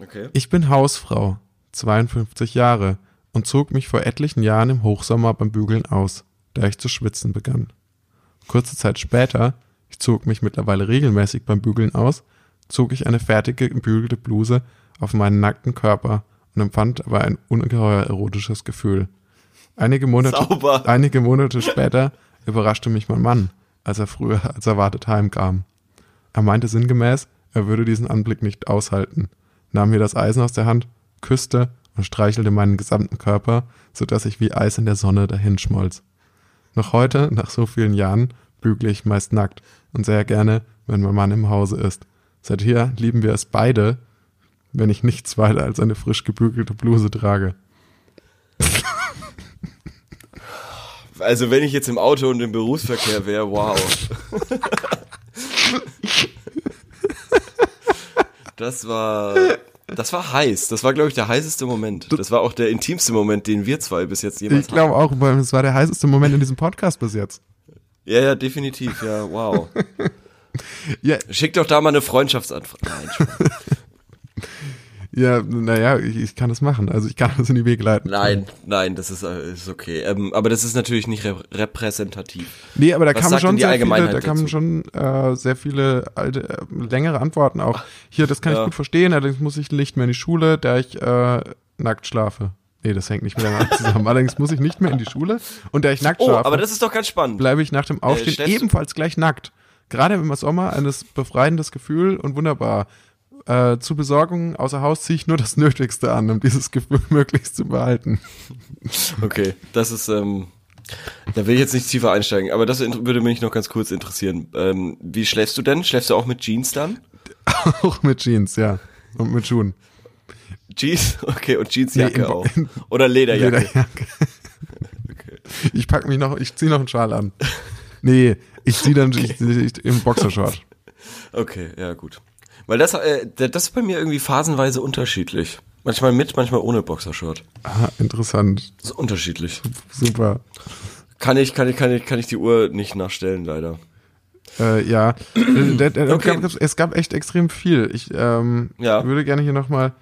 B: Okay.
A: Ich bin Hausfrau, 52 Jahre und zog mich vor etlichen Jahren im Hochsommer beim Bügeln aus, da ich zu schwitzen begann. Kurze Zeit später, ich zog mich mittlerweile regelmäßig beim Bügeln aus, zog ich eine fertige gebügelte Bluse auf meinen nackten Körper und empfand aber ein ungeheuer erotisches Gefühl. Einige Monate,
B: Sauber.
A: einige Monate später überraschte mich mein Mann, als er früher als erwartet heimkam. Er meinte sinngemäß, er würde diesen Anblick nicht aushalten, nahm mir das Eisen aus der Hand, küsste und streichelte meinen gesamten Körper, sodass ich wie Eis in der Sonne dahinschmolz. Noch heute, nach so vielen Jahren, bügle ich meist nackt und sehr gerne, wenn mein Mann im Hause ist. Seit hier lieben wir es beide, wenn ich nichts weiter als eine frisch gebügelte Bluse trage.
B: Also, wenn ich jetzt im Auto und im Berufsverkehr wäre, wow. Das war, das war heiß. Das war, glaube ich, der heißeste Moment. Das war auch der intimste Moment, den wir zwei bis jetzt jemals
A: Ich glaube auch, weil es war der heißeste Moment in diesem Podcast bis jetzt.
B: Ja, ja, definitiv, ja, wow.
A: Ja,
B: Schick doch da mal eine Freundschaftsanfrage. Nein, Spaß.
A: ja naja, ich, ich kann das machen. Also ich kann das in die Wege leiten.
B: nein, nein, das ist, äh, ist okay. Ähm, aber das ist natürlich nicht rep repräsentativ.
A: Nee, aber da
B: Was
A: kamen
B: sagt
A: schon
B: denn die
A: sehr viele,
B: Allgemeinheit
A: da kamen
B: dazu?
A: schon äh, sehr viele alte, äh, längere Antworten auch. Hier, das kann ich
B: Ja.
A: gut verstehen, allerdings muss ich nicht mehr in die Schule, da ich äh, nackt schlafe. Nee, das hängt nicht miteinander zusammen. Allerdings muss ich nicht mehr in die Schule und da ich nackt
B: Oh,
A: schlafe,
B: aber das Äh, ist doch ganz spannend.
A: bleibe ich nach dem Aufstehen
B: stellst du-
A: ebenfalls gleich nackt. Gerade im Sommer ein befreiendes Gefühl und wunderbar. Äh, zu Besorgung außer Haus ziehe ich nur das Nötigste an, um dieses Gefühl möglichst zu behalten.
B: Okay, das ist, ähm, da will ich jetzt nicht tiefer einsteigen, aber das int- würde mich noch ganz kurz interessieren. Ähm, wie schläfst du denn? Schläfst du auch mit Jeans dann?
A: Auch mit Jeans, ja. Und mit Schuhen.
B: Jeans, okay, und
A: Nee, im
B: Jeansjacke
A: Bo-
B: auch. Oder Lederjacke.
A: Lederjacke. Ich pack mich noch, ich zieh noch einen Schal an. Nee, ich zieh dann ich, ich, im Boxershort.
B: Okay, ja, gut. Weil das, äh, da- das ist bei mir irgendwie phasenweise unterschiedlich. Manchmal mit, manchmal ohne Boxershort.
A: Ah, interessant.
B: Das ist unterschiedlich.
A: Super.
B: Kann ich, kann ich, kann ich, kann ich die Uhr nicht nachstellen, leider.
A: Äh, ja. Äh, der- der-
B: Okay.
A: gab- Es gab echt extrem viel. Ich ähm,
B: Ja.
A: würde gerne hier nochmal.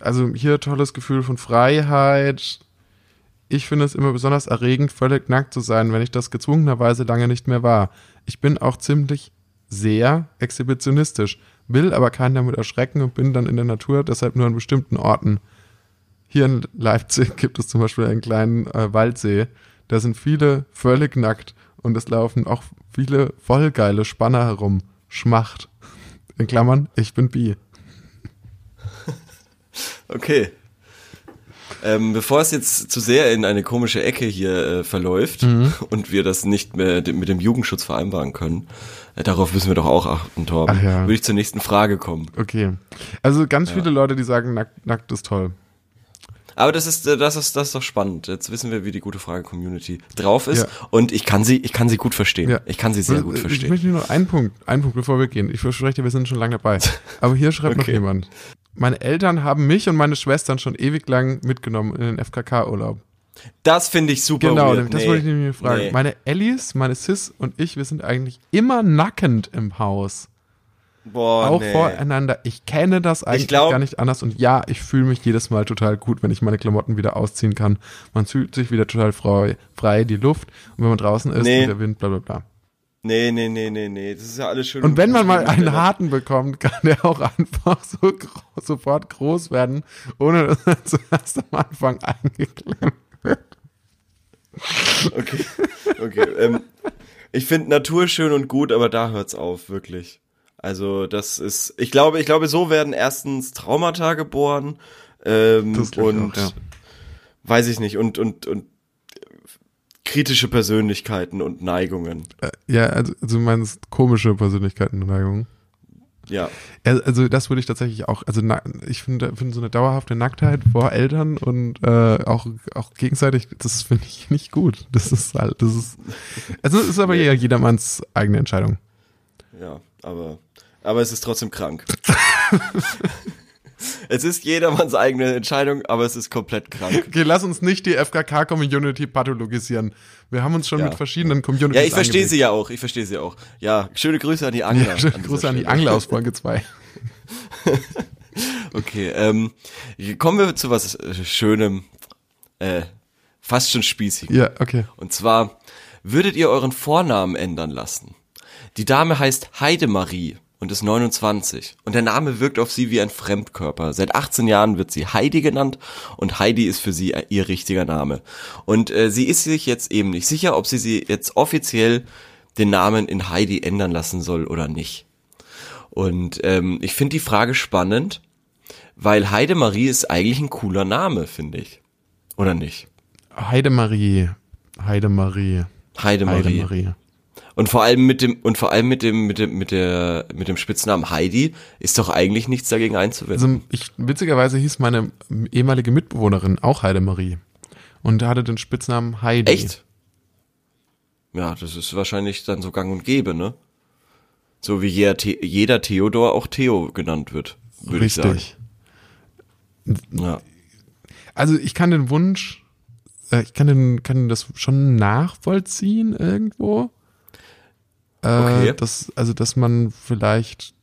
A: Also hier tolles Gefühl von Freiheit. Ich finde es immer besonders erregend, völlig nackt zu sein, wenn ich das gezwungenerweise lange nicht mehr war. Ich bin auch ziemlich sehr exhibitionistisch, will aber keinen damit erschrecken und bin dann in der Natur deshalb nur an bestimmten Orten. Hier in Leipzig gibt es zum Beispiel einen kleinen äh, Waldsee. Da sind viele völlig nackt und es laufen auch viele voll geile Spanner herum. Schmacht. In Klammern, ich bin bi.
B: Okay. Ähm, bevor es jetzt zu sehr in eine komische Ecke hier äh, verläuft
A: Mhm.
B: und wir das nicht mehr de- mit dem Jugendschutz vereinbaren können, äh, darauf müssen wir doch auch achten, Torben.
A: Ach ja.
B: Würde ich zur nächsten Frage kommen.
A: Okay. Also ganz viele Leute, die sagen, nackt, nackt ist toll.
B: Aber das ist, äh, das ist, das ist doch spannend. Jetzt wissen wir, wie die gute Frage Community drauf ist.
A: Ja.
B: Und ich kann sie, ich kann sie gut verstehen.
A: Ja.
B: Ich kann sie sehr
A: Also,
B: gut
A: ich
B: verstehen.
A: möchte nur einen Punkt, einen Punkt, bevor wir gehen. Ich verspreche dir, wir sind schon lange dabei. Aber hier schreibt noch
B: Okay.
A: jemand. Meine Eltern haben mich und meine Schwestern schon ewig lang mitgenommen in den FKK-Urlaub.
B: Das finde ich super.
A: Genau,
B: weird.
A: das
B: Nee.
A: wollte ich nämlich fragen.
B: Nee.
A: Meine Ellis, meine Sis und ich, wir sind eigentlich immer nackend im Haus.
B: Boah,
A: auch
B: Oh, nee.
A: voreinander. Ich kenne das eigentlich
B: glaub-
A: gar nicht anders. Und ja, ich fühle mich jedes Mal total gut, wenn ich meine Klamotten wieder ausziehen kann. Man fühlt sich wieder total frei, frei die Luft. Und wenn man draußen ist,
B: Nee.
A: und der Wind, bla bla bla.
B: Nee, nee, nee, nee, nee. Das ist ja alles schön.
A: Und wenn man mal einen
B: hat.
A: harten bekommt, kann der auch einfach so gro sofort groß werden, ohne dass er zuerst am Anfang eingeklemmt.
B: Okay, okay. ähm, ich finde Natur schön und gut, aber da hört's auf, wirklich. Also das ist, ich glaube, ich glaube, so werden erstens Traumata geboren ähm,
A: Das glaub ich
B: und
A: auch, ja.
B: weiß ich nicht und und und kritische Persönlichkeiten und Neigungen.
A: Äh, Ja, also, also du meinst komische Persönlichkeitenneigung.
B: Ja,
A: Also, also das würde ich tatsächlich auch, also na, ich finde finde so eine dauerhafte Nacktheit vor Eltern und äh, auch, auch gegenseitig, das finde ich nicht gut. Das ist halt, das ist, also es ist aber ja jedermanns eigene Entscheidung.
B: ja, aber aber es ist trotzdem krank. es ist jedermanns eigene Entscheidung, aber es ist komplett krank.
A: Okay, lass uns nicht die FKK-Community pathologisieren. Wir haben uns schon
B: Ja.
A: mit verschiedenen Communities
B: Ja, ich verstehe
A: angelegt.
B: sie ja auch, ich verstehe sie auch. Ja, schöne Grüße an die Angler.
A: Schöne
B: dieser
A: Grüße an die
B: Stelle.
A: Angler aus Folge 2.
B: Okay, ähm, kommen wir zu was äh, Schönem, äh, fast schon spießigem.
A: Ja, okay.
B: Und zwar, würdet ihr euren Vornamen ändern lassen? Die Dame heißt Heidemarie und ist 29. Und der Name wirkt auf sie wie ein Fremdkörper. Seit 18 Jahren wird sie Heidi genannt und Heidi ist für sie äh, ihr richtiger Name. Und äh, sie ist sich jetzt eben nicht sicher, ob sie sie jetzt offiziell den Namen in Heidi ändern lassen soll oder nicht. Und ähm, ich finde die Frage spannend, weil Heidemarie ist eigentlich ein cooler Name, finde ich. Oder nicht?
A: Heidemarie. Heidemarie.
B: Heidemarie.
A: Heidemarie.
B: Und vor allem mit dem und vor allem mit dem mit dem mit der mit dem Spitznamen Heidi ist doch eigentlich nichts dagegen einzuwenden.
A: Also ich, witzigerweise hieß meine ehemalige Mitbewohnerin auch Heidemarie. Und hatte den Spitznamen Heidi.
B: Echt? Ja, das ist wahrscheinlich dann so gang und gäbe, ne? So wie jeder, The jeder Theodor auch Theo genannt wird, würde ich sagen.
A: Richtig.
B: Ja.
A: Also ich kann den Wunsch, äh, ich kann, den, kann das schon nachvollziehen irgendwo. Äh,
B: Okay.
A: dass, also dass man vielleicht,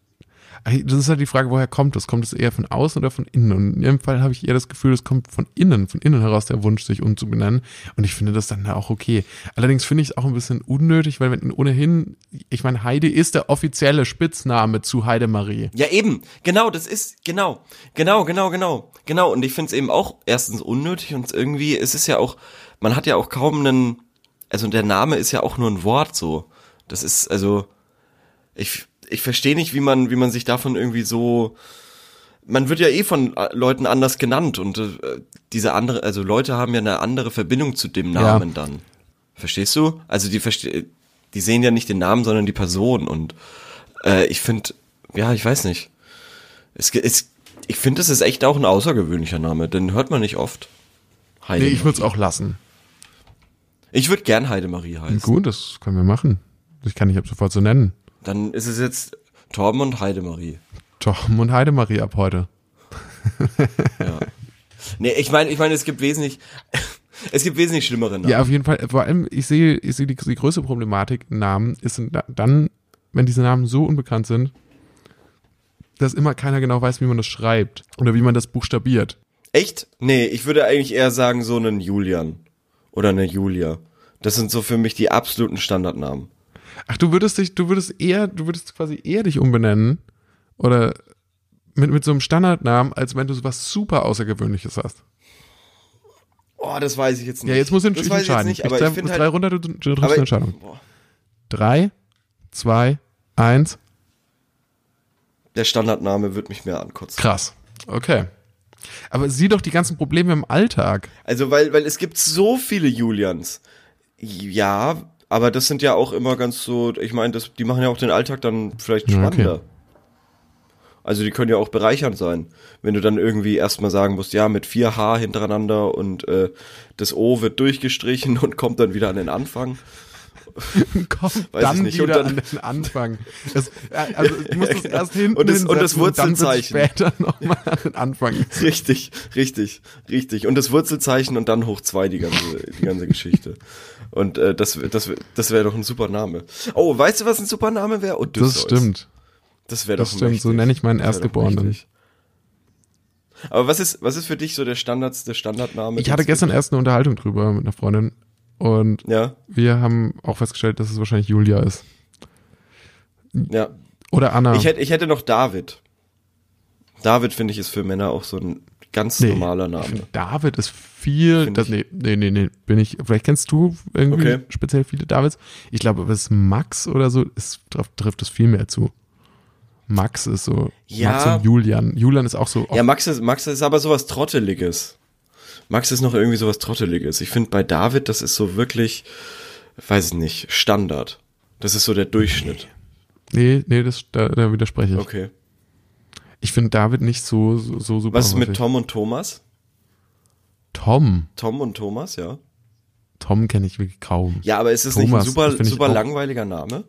A: das ist halt die Frage, woher kommt das? Kommt es eher von außen oder von innen? Und in ihrem Fall habe ich eher das Gefühl, es kommt von innen, von innen heraus der Wunsch, sich umzubenennen. Und ich finde das dann auch okay. Allerdings finde ich es auch ein bisschen unnötig, weil wenn ohnehin, ich meine, Heidi ist der offizielle Spitzname zu Heidemarie.
B: Ja, eben. Genau, das ist, genau. Genau, genau, genau. Genau. Und ich find's eben auch erstens unnötig und irgendwie ist es ja auch, man hat ja auch kaum einen, also der Name ist ja auch nur ein Wort so. Das ist, also, ich, ich verstehe nicht, wie man, wie man sich davon irgendwie so, man wird ja eh von äh, Leuten anders genannt und äh, diese andere, also Leute haben ja eine andere Verbindung zu dem Namen dann. Verstehst du? Also die verste die sehen ja nicht den Namen, sondern die Person und äh, ich finde, ja, ich weiß nicht. Es, ge- es, ich finde, es ist echt auch ein außergewöhnlicher Name, den hört man nicht oft. Heide.
A: Nee, ich würde es auch lassen.
B: ich würde gern Heidemarie heißen.
A: Gut, das können wir machen. Ich kann nicht ab sofort so nennen.
B: Dann ist es jetzt Torben und Heidemarie.
A: Tom und Heidemarie ab heute.
B: Nee, ich meine, ich meine, es gibt wesentlich, es gibt wesentlich schlimmere Namen.
A: Ja, auf jeden Fall. Vor allem, ich sehe, ich sehe die, die größte Problematik in Namen ist in- dann, wenn diese Namen so unbekannt sind, dass immer keiner genau weiß, wie man das schreibt oder wie man das buchstabiert.
B: Echt? Nee, ich würde eigentlich eher sagen, so einen Julian. Oder eine Julia. Das sind so für mich die absoluten Standardnamen.
A: Ach, du würdest dich, du würdest eher, du würdest quasi eher dich umbenennen oder mit, mit so einem Standardnamen, als wenn du was super Außergewöhnliches hast.
B: Oh, das weiß ich jetzt nicht.
A: Ja, jetzt musst du entsch-
B: das weiß ich jetzt
A: entscheiden.
B: nicht,
A: Ich
B: aber
A: zähl
B: ich
A: bis
B: finde
A: drei
B: halt.
A: runter, du, du triffst
B: aber-
A: eine Entscheidung.
B: Boah,
A: Drei, zwei, eins.
B: der Standardname wird mich mehr ankotzen.
A: Krass. Okay. Aber sieh doch die ganzen Probleme im Alltag.
B: Also, weil, weil es gibt so viele Julians. Ja, aber das sind ja auch immer ganz so, ich meine, das- die machen ja auch den Alltag dann vielleicht
A: Ja, okay.
B: spannender. Also die können ja auch bereichernd sein. Wenn du dann irgendwie erstmal sagen musst, ja, mit vier H hintereinander und äh, das O wird durchgestrichen und kommt dann wieder an den Anfang.
A: Kommt
B: Weiß ich
A: dann
B: nicht. Und
A: wieder
B: dann- genau.
A: an den Anfang. Das, äh, also du musst das erst hinten
B: Und das- und das
A: hinsetzen dann wird's
B: Wurzelzeichen.
A: später nochmal an den Anfang.
B: Richtig, richtig, richtig. Und das Wurzelzeichen und dann hoch zwei die ganze, die ganze Geschichte. Und äh, das, das, das wäre doch ein super Name. Oh, weißt du, was ein super Name wäre?
A: Das
B: Odysseus.
A: stimmt.
B: Das wäre doch
A: Das stimmt. So
B: mächtig.
A: nenne ich meinen
B: Das wär doch
A: Erstgeborenen.
B: mächtig. Aber was ist, was ist für dich so der Standards, der Standardname?
A: Ich hatte
B: den's
A: gestern erst eine Unterhaltung drüber mit einer Freundin und
B: gibt? Ja,
A: wir haben auch festgestellt, dass es wahrscheinlich Julia ist.
B: ja.
A: Oder Anna.
B: Ich hätte, ich hätte noch David. David, finde ich, ist für Männer auch so ein ganz
A: Nee.
B: normaler
A: Ich
B: Name.
A: find, David ist viel.
B: Find
A: Das, nee, nee, nee, nee, bin ich. Vielleicht kennst du irgendwie
B: Okay.
A: speziell viele Davids. Ich glaube, aber es Max oder so, es traf, trifft es viel mehr zu. Max ist so.
B: Ja.
A: Max und Julian. Julian ist auch so. oh,
B: Ja, Max ist, Max ist aber sowas Trotteliges. Max ist noch irgendwie sowas Trotteliges. Ich finde bei David, das ist so wirklich, weiß ich nicht, Standard. Das ist so der Durchschnitt.
A: Nee, nee, das, da, da widerspreche ich.
B: Okay.
A: Ich finde David nicht so, so, so super.
B: Was ist mit
A: häufig.
B: Tom und Thomas?
A: Tom?
B: Tom und Thomas, ja.
A: Tom kenne ich wirklich kaum.
B: Ja, aber ist es nicht ein
A: Thomas, das
B: super,
A: find ich
B: super
A: auch-
B: langweiliger Name?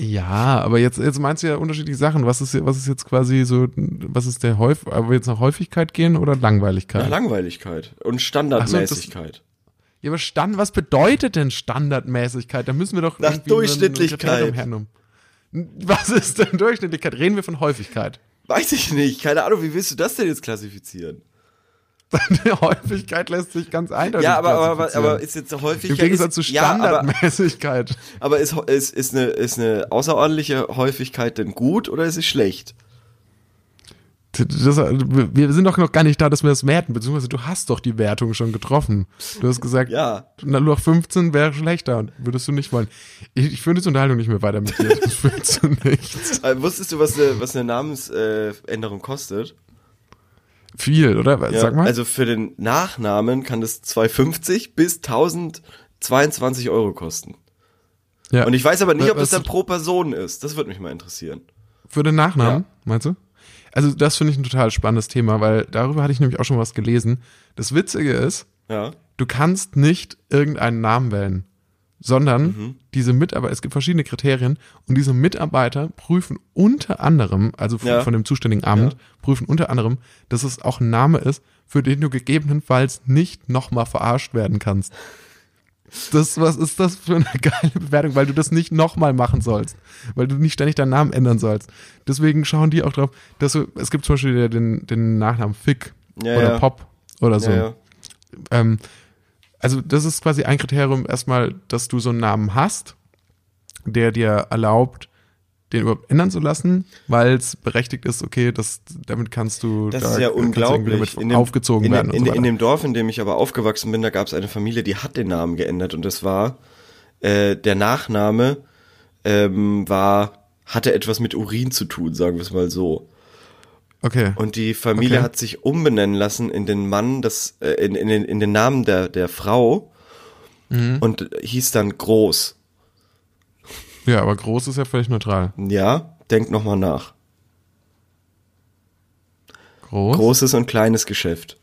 A: Ja, aber jetzt, jetzt meinst du ja unterschiedliche Sachen. Was ist, was ist jetzt quasi so, was ist der Häuf, aber jetzt nach Häufigkeit gehen oder Langweiligkeit?
B: Nach Langweiligkeit und Standardmäßigkeit.
A: Ja, aber Stand, was bedeutet denn Standardmäßigkeit? Da müssen wir doch
B: Nach
A: irgendwie ein- ein
B: Durchschnittlichkeit.
A: Kriterium hernehmen. Was ist denn Durchschnittlichkeit? Reden wir von Häufigkeit.
B: Weiß ich nicht. Keine Ahnung, wie willst du das denn jetzt klassifizieren?
A: Die Häufigkeit lässt sich ganz eindeutig
B: Ja, aber, aber,
A: klassifizieren.
B: aber ist jetzt häufig.
A: im Gegensatz
B: ist,
A: zu
B: Ja, aber,
A: Standardmäßigkeit.
B: aber ist, ist, ist, eine, ist eine außerordentliche Häufigkeit denn gut oder ist es schlecht?
A: das, wir sind doch noch gar nicht da, dass wir das werten, beziehungsweise du hast doch die Wertung schon getroffen. Du hast gesagt,
B: Ja.
A: na, nur 15 wäre schlechter und würdest du nicht wollen. Ich, ich führe jetzt Unterhaltung nicht mehr weiter mit dir. Das führt zu nichts.
B: Äh, wusstest du, was eine, was eine Namensänderung äh, Änderung kostet?
A: Viel, oder?
B: Ja,
A: Sag mal.
B: Also für den Nachnamen kann das 250 bis 1022 Euro kosten.
A: ja. Äh,
B: Und ich weiß aber nicht, ob das
A: Was-
B: dann pro Person ist. Das würde mich mal interessieren.
A: Für den Nachnamen,
B: Ja.
A: meinst du? Also das finde ich ein total spannendes Thema, weil darüber hatte ich nämlich auch schon was gelesen. Das Witzige ist,
B: Ja.
A: du kannst nicht irgendeinen Namen wählen, sondern
B: Mhm.
A: diese Mitarbeiter, es gibt verschiedene Kriterien und diese Mitarbeiter prüfen unter anderem, also von,
B: Ja.
A: von dem zuständigen Amt, prüfen unter anderem, dass es auch ein Name ist, für den du gegebenenfalls nicht nochmal verarscht werden kannst. Das, was ist das für eine geile Bewertung, weil du das nicht nochmal machen sollst, weil du nicht ständig deinen Namen ändern sollst. Deswegen schauen die auch drauf, dass du, es gibt zum Beispiel den, den Nachnamen Fick
B: Ja,
A: oder
B: ja.
A: Pop oder so.
B: Ja, ja.
A: Ähm, also das ist quasi ein Kriterium erstmal, dass du so einen Namen hast, der dir erlaubt, den überhaupt ändern zu lassen, weil es berechtigt ist, okay, das, damit kannst du
B: Das
A: da
B: ist ja
A: kannst du irgendwie
B: unglaublich.
A: damit aufgezogen
B: in, dem-
A: werden und
B: In,
A: so
B: in
A: weiter.
B: dem Dorf, in dem ich aber aufgewachsen bin, da gab es eine Familie, die hat den Namen geändert und das war äh, der Nachname ähm, war hatte etwas mit Urin zu tun, sagen wir es mal so.
A: Okay.
B: Und die Familie
A: Okay.
B: hat sich umbenennen lassen in den Mann, das äh, in, in, den, in den Namen der der Frau
A: Mhm.
B: und hieß dann Groß.
A: ja, aber groß ist ja völlig neutral.
B: Ja, denk noch mal nach.
A: Groß?
B: Großes und kleines Geschäft.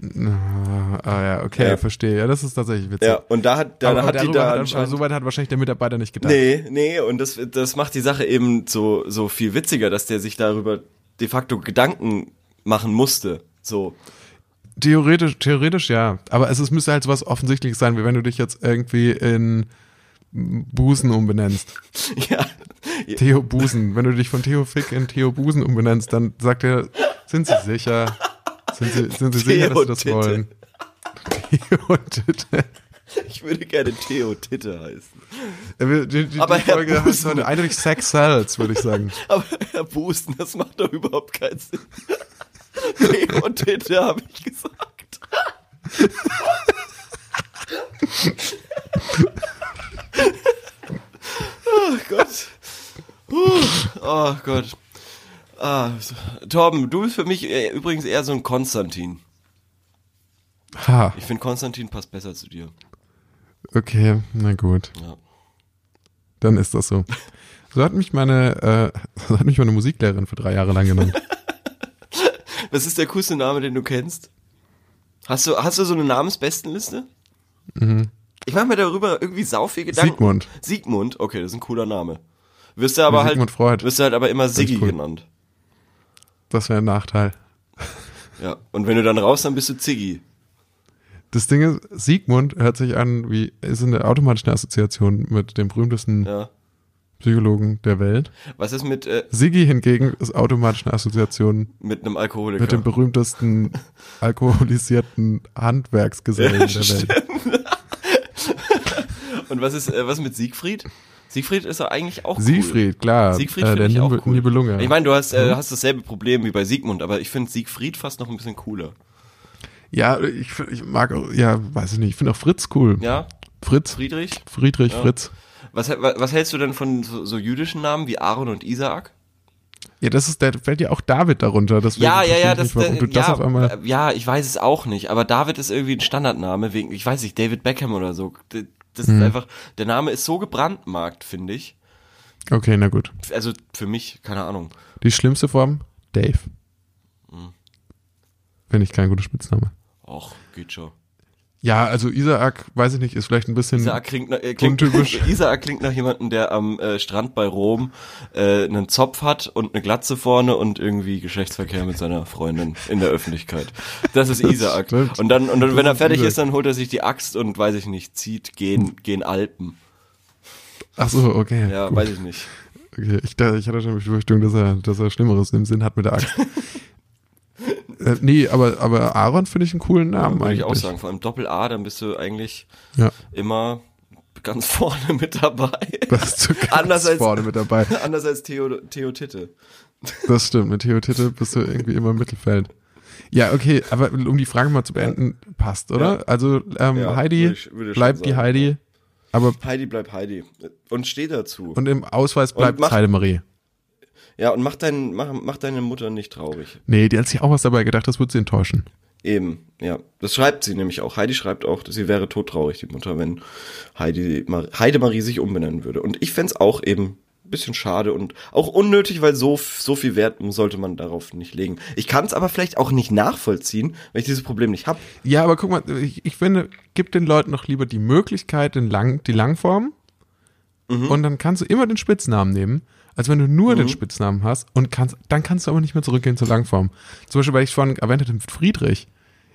A: Ah, ah, ja, okay,
B: Ja.
A: verstehe. Ja, das ist tatsächlich witzig.
B: Ja, und da hat da,
A: aber, aber
B: hat die
A: darüber
B: da
A: hat,
B: anscheinend-
A: also, soweit hat wahrscheinlich der Mitarbeiter nicht gedacht.
B: Nee, nee, und das, das macht die Sache eben so, so viel witziger, dass der sich darüber de facto Gedanken machen musste. So.
A: Theoretisch, theoretisch ja. Aber es, es müsste halt sowas Offensichtliches sein, wie wenn du dich jetzt irgendwie in Busen umbenennst.
B: Ja.
A: Theo Busen. Wenn du dich von Theo Fick in Theo Busen umbenennst, dann sagt er, sind Sie sicher? Sind Sie, sind Sie sicher, dass Sie das
B: Theo-Titte.
A: wollen? Theo Titte.
B: Ich würde gerne Theo Titte
A: Die,
B: heißen.
A: die, die
B: Aber Herr
A: Folge heißt
B: Busen-
A: heute eindeutig Sex Sells, würde ich sagen.
B: Aber Herr Busten, das macht doch überhaupt keinen Sinn. Theo Titte, habe ich gesagt. Oh Gott. Ah, so. Torben, du bist für mich äh, übrigens eher so ein Konstantin.
A: Ha,
B: Ich finde, Konstantin passt besser zu dir.
A: okay, na gut.
B: Ja.
A: Dann ist das so. So hat mich meine, äh, so hat mich meine Musiklehrerin für drei Jahre lang genannt.
B: Was ist der coolste Name, den du kennst? Hast du, hast du so eine Namensbestenliste? Ich mache mir darüber irgendwie sau viel
A: Mhm.
B: Gedanken.
A: Sigmund.
B: Siegmund, okay, das ist ein cooler Name. Wirst du aber halt,
A: Sigmund Freud.
B: wirst du halt aber immer Siggi
A: cool.
B: genannt.
A: Das wäre ein Nachteil.
B: Ja. Und wenn du dann raus, dann bist du Ziggi.
A: Das Ding ist, Sigmund hört sich an wie, ist eine automatische Assoziation mit dem berühmtesten
B: Ja.
A: Psychologen der Welt.
B: Was ist mit, äh,
A: Siggi hingegen ist automatisch eine Assoziation
B: mit einem Alkoholiker?
A: mit dem berühmtesten alkoholisierten Handwerksgesellen der Welt.
B: Und was ist, äh, was mit Siegfried? Siegfried ist ja eigentlich auch cool.
A: Siegfried, Mhm. klar.
B: Siegfried
A: äh,
B: finde
A: der
B: ich auch
A: Nibel-
B: cool.
A: Nibelunge.
B: Ich meine, du hast, äh, hast dasselbe Problem wie bei Siegmund, aber ich finde Siegfried fast noch ein bisschen cooler.
A: ja, ich, find- ich mag auch, ja, weiß ich nicht, ich finde auch Fritz cool.
B: Ja?
A: Fritz,
B: Friedrich?
A: Friedrich,
B: Ja.
A: Fritz.
B: Was, hä- wa- was hältst du denn von so, so jüdischen Namen wie Aaron und Isaak?
A: Ja, das ist, da fällt ja auch David darunter. Deswegen
B: Ja, ja,
A: verstehe
B: ja,
A: ich
B: das,
A: nicht, warum du
B: ja,
A: das auf einmal.
B: äh, ja, ich weiß es auch nicht, aber David ist irgendwie ein Standardname wegen, ich weiß nicht, David Beckham oder so. D- Das ist einfach, der Name ist so gebrandmarkt, finde ich. äh,
A: Okay, na gut.
B: F- Also für mich, keine Ahnung.
A: Die schlimmste Form, Dave.
B: Hm.
A: Finde ich kein guter Spitzname.
B: Och, geht schon.
A: Ja, also Isaac, weiß ich nicht, ist vielleicht ein bisschen.
B: Isaak klingt, nach- äh, klingt,
A: Untypisch.
B: Isaak klingt nach jemandem, der am äh, Strand bei Rom äh, einen Zopf hat und eine Glatze vorne und irgendwie Geschlechtsverkehr mit seiner Freundin in der Öffentlichkeit. Das ist Isaak.
A: stimmt.
B: Und dann, und dann wenn er
A: ist Hm.
B: fertig
A: Isaak.
B: ist, dann holt er sich die Axt und weiß ich nicht, zieht, gehen, gehen Alpen.
A: Ach so, okay.
B: Ja,
A: gut.
B: weiß ich nicht.
A: okay. Ich, da, ich hatte schon die Befürchtung, dass er, dass er Schlimmeres im Sinn hat mit der Axt. äh, nee, aber, aber Aaron finde ich einen coolen Namen
B: Würde
A: eigentlich.
B: ich auch sagen. Vor allem Doppel-A, dann bist du eigentlich
A: Ja,
B: immer ganz vorne mit dabei.
A: das ist so ganz
B: Anders als-
A: vorne mit dabei.
B: Anders als Theo, Theo Titte.
A: Das stimmt, mit Theo Titte bist du irgendwie immer im Mittelfeld. Ja, okay, aber um die Frage mal zu beenden, passt, oder? Also ähm,
B: Ja,
A: Heidi,
B: würde ich- würde ich
A: bleibt
B: schon
A: die
B: sagen,
A: Heidi, aber
B: Heidi bleibt Heidi. Und steh dazu.
A: und im Ausweis bleibt
B: mach-
A: Heidemarie.
B: Ja, und mach, dein, mach, mach deine Mutter nicht traurig.
A: Nee, die hat sich auch was dabei gedacht, das wird sie enttäuschen.
B: Eben, ja. Das schreibt sie nämlich auch. Heidi schreibt auch, dass sie wäre todtraurig, die Mutter, wenn Heidi, Mar Heidemarie sich umbenennen würde. Und ich fänd's auch eben ein bisschen schade und auch unnötig, weil so, f- so viel Wert sollte man darauf nicht legen. Ich kann's aber vielleicht auch nicht nachvollziehen, wenn ich dieses Problem nicht hab.
A: Ja, aber guck mal, ich, ich finde, gib den Leuten noch lieber die Möglichkeit, den Lang, die Langform.
B: Mhm.
A: Und dann kannst du immer den Spitznamen nehmen, als wenn du nur den Spitznamen hast und kannst, dann kannst du aber nicht mehr zurückgehen zur Langform. Zum Beispiel, weil ich vorhin erwähnt hatte, mit Friedrich.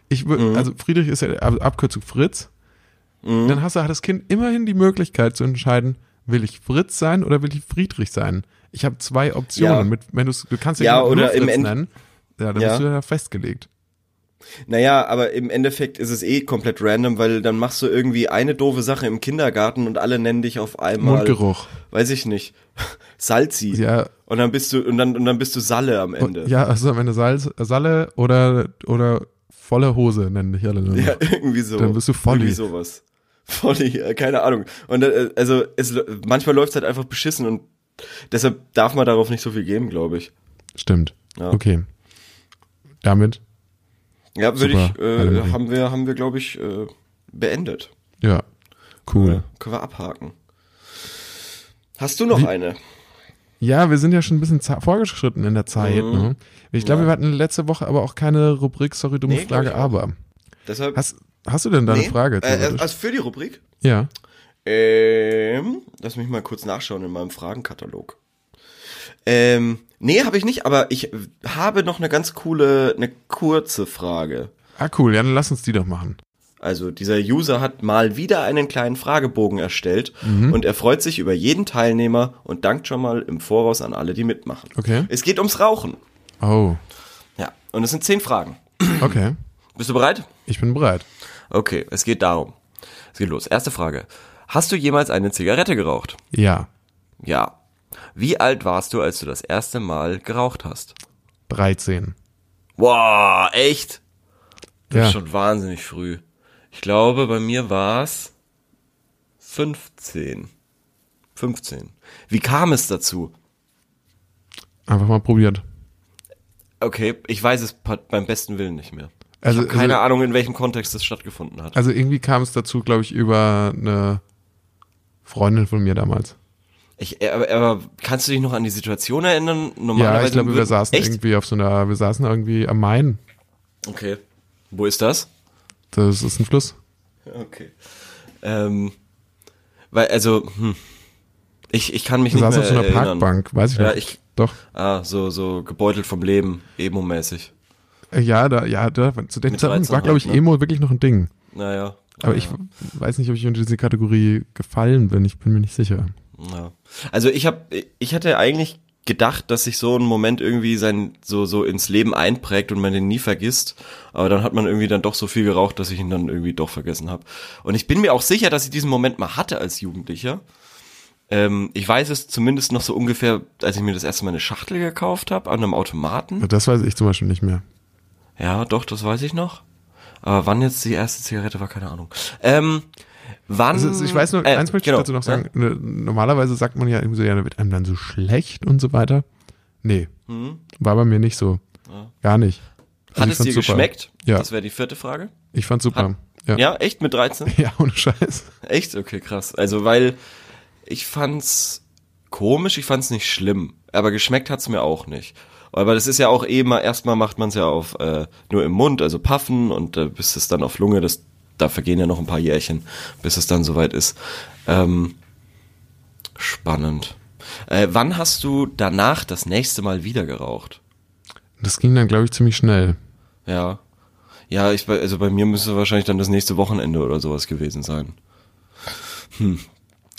A: Ich wür-
B: Mhm.
A: also Friedrich ist ja die Ab- Abkürzung Fritz. Dann hast du hat das Kind immerhin die Möglichkeit zu entscheiden, will ich Fritz sein oder will ich Friedrich sein? Ich habe zwei Optionen.
B: Ja.
A: Mit, wenn du's- du kannst
B: Ja,
A: nur
B: oder im
A: Fritz
B: End-
A: nennen. Ja, dann
B: Ja.
A: bist du ja festgelegt.
B: Naja, aber im Endeffekt ist es eh komplett random, weil dann machst du irgendwie eine doofe Sache im Kindergarten und alle nennen dich auf einmal.
A: Mundgeruch.
B: Weiß ich nicht. Salzi.
A: Ja,
B: Und dann bist du, und dann, und dann bist du Salle am Ende.
A: Ja, also am Ende Salz, Salle oder, oder volle Hose nennen dich alle. nur noch.
B: Ja, irgendwie so.
A: Dann bist du Volli.
B: Irgendwie sowas. Volli, äh, keine Ahnung. Und äh, also es, l- manchmal läuft es halt einfach beschissen und deshalb darf man darauf nicht so viel geben, glaube ich.
A: Stimmt.
B: Ja.
A: Okay. Damit,
B: Ja, würde
A: Super.
B: ich, äh,
A: Halleluja.
B: haben wir, haben wir, glaube ich, äh, beendet.
A: ja. Cool.
B: Können wir abhaken. Hast du noch eine?
A: Ja, wir sind ja schon ein bisschen za- vorgeschritten in der
B: Mhm.
A: Zeit. Ne? Ich glaube, wir hatten letzte Woche aber auch keine Rubrik, sorry, dumme
B: Nee, glaub
A: Frage,
B: ich auch.
A: aber.
B: Deshalb.
A: Hast, hast du denn da eine
B: Nee?
A: Frage?
B: Äh,
A: theoretisch?
B: also für die Rubrik?
A: ja.
B: Ähm, lass mich mal kurz nachschauen in meinem Fragenkatalog. Ähm, nee, habe ich nicht, aber ich äh, habe noch eine ganz coole, eine kurze Frage.
A: Ah, cool. Ja, dann lass uns die doch machen.
B: Also dieser User hat mal wieder einen kleinen Fragebogen erstellt und er freut sich über jeden Teilnehmer und dankt schon mal im Voraus an alle, die mitmachen.
A: Okay.
B: Es geht ums Rauchen.
A: Oh.
B: Ja, und es sind zehn Fragen.
A: Okay.
B: Bist du bereit?
A: Ich bin bereit.
B: Okay, es geht darum. Es geht los. Erste Frage. Hast du jemals eine Zigarette geraucht?
A: Ja.
B: Ja. Wie alt warst du, als du das erste Mal geraucht hast?
A: 13.
B: Wow, echt? Das
A: Ja.
B: ist schon wahnsinnig früh. Ich glaube, bei mir war's 15. 15. Wie kam es dazu?
A: Einfach mal probiert.
B: Okay, ich weiß es pa- beim besten Willen nicht mehr.
A: Also-
B: ich habe keine
A: also-
B: Ahnung, in welchem Kontext es stattgefunden hat.
A: Also irgendwie kam es dazu, glaube ich, über eine Freundin von mir damals.
B: Ich, äh, aber, aber kannst du dich noch an die Situation erinnern? Normalerweise
A: Ja, ich glaube, wir
B: würden-
A: saßen
B: Echt?
A: irgendwie auf so einer, wir saßen irgendwie am Main.
B: Okay. Wo ist das?
A: Das ist ein Fluss.
B: Okay. Ähm, weil, also, hm. Ich, ich kann mich
A: Wir
B: nicht
A: saßen
B: mehr
A: auf so einer
B: erinnern.
A: Parkbank, weiß ich
B: Ja,
A: noch.
B: ich-
A: Doch.
B: Ah, so, so gebeutelt vom Leben, emo-mäßig.
A: Äh, Ja, da, ja, da, zu dem
B: Mit
A: Zeitpunkt
B: 13
A: war, glaube ich,
B: halt, ne? Ah,
A: Emo wirklich noch ein Ding.
B: Naja.
A: Aber ich
B: naja,
A: weiß nicht, ob ich unter diese Kategorie gefallen bin. Ich bin mir nicht sicher.
B: Ja. Also ich habe, ich hatte eigentlich gedacht, dass sich so ein Moment irgendwie sein, so, so ins Leben einprägt und man den nie vergisst. Aber dann hat man irgendwie dann doch so viel geraucht, dass ich ihn dann irgendwie doch vergessen habe. Und ich bin mir auch sicher, dass ich diesen Moment mal hatte als Jugendlicher. Ähm, ich weiß es zumindest noch so ungefähr, als ich mir das erste Mal eine Schachtel gekauft habe an einem Automaten.
A: Das weiß ich zum Beispiel nicht mehr.
B: Ja, doch, das weiß ich noch. Aber wann jetzt die erste Zigarette war, keine Ahnung. Ähm, wann?
A: Also ich weiß nur,
B: äh,
A: eins möchte
B: genau,
A: ich dazu noch
B: ja.
A: sagen. Ne, Normalerweise sagt man ja irgendwie so, ja, da wird einem dann so schlecht und so weiter. Nee, war bei mir nicht so. Gar nicht. Also
B: Hm? Hat
A: ich
B: es dir
A: fand's super.
B: geschmeckt?
A: Ja.
B: Das wäre die vierte Frage.
A: Ich fand's super.
B: Hat-
A: ja. ja.
B: Ja, echt mit 13?
A: ohne Scheiß.
B: Echt? Okay, krass. Also, weil ich fand's komisch, ich fand's nicht schlimm, aber geschmeckt hat's mir auch nicht. Aber das ist ja auch eh mal, erstmal macht man's ja auf äh, nur im Mund, also puffen und äh, bis es dann auf Lunge, das, da vergehen ja noch ein paar Jährchen, bis es dann soweit ist. Ähm, spannend. Äh, wann hast du danach das nächste Mal wieder geraucht?
A: Das ging dann, glaube ich, ziemlich schnell.
B: Ja. Ja, ich, bei- also bei mir müsste wahrscheinlich dann das nächste Wochenende oder sowas gewesen sein. Hm.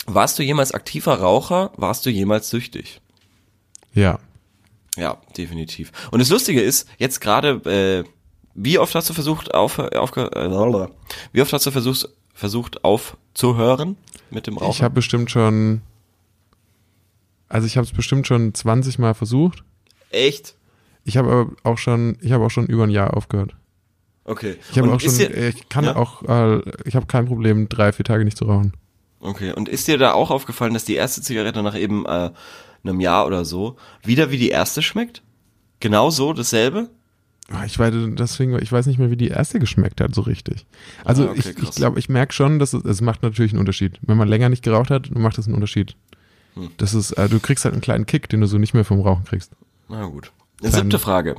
B: Warst du jemals aktiver Raucher? Warst du jemals süchtig?
A: Ja.
B: Ja, definitiv. Und das Lustige ist, jetzt gerade, äh, wie oft hast du versucht, auf, aufge, äh, wie oft hast du versucht, versucht aufzuhören mit dem
A: Ich
B: Rauchen?
A: habe bestimmt schon, also ich habe es bestimmt schon 20 Mal versucht.
B: Echt?
A: Ich habe aber auch schon, ich habe auch schon über ein Jahr aufgehört.
B: Okay.
A: Ich habe
B: Und
A: auch schon, e-
B: ist dir-
A: ich kann
B: Ja?
A: auch, äh, ich habe kein Problem, drei, vier Tage nicht zu rauchen.
B: Okay, und ist dir da auch aufgefallen, dass die erste Zigarette nach eben äh, einem Jahr oder so wieder wie die erste schmeckt? Genau so, dasselbe?
A: Ah, Ich weiß, deswegen, ich weiß nicht mehr, wie die erste geschmeckt hat, so richtig. Also
B: Ah, okay,
A: ich, ich
B: krass.
A: glaube, ich merke schon, dass es, es macht natürlich einen Unterschied. Wenn man länger nicht geraucht hat, macht es einen Unterschied.
B: Hm.
A: Das ist, äh, du kriegst halt einen kleinen Kick, den du so nicht mehr vom Rauchen kriegst.
B: Na gut. Siebte Frage.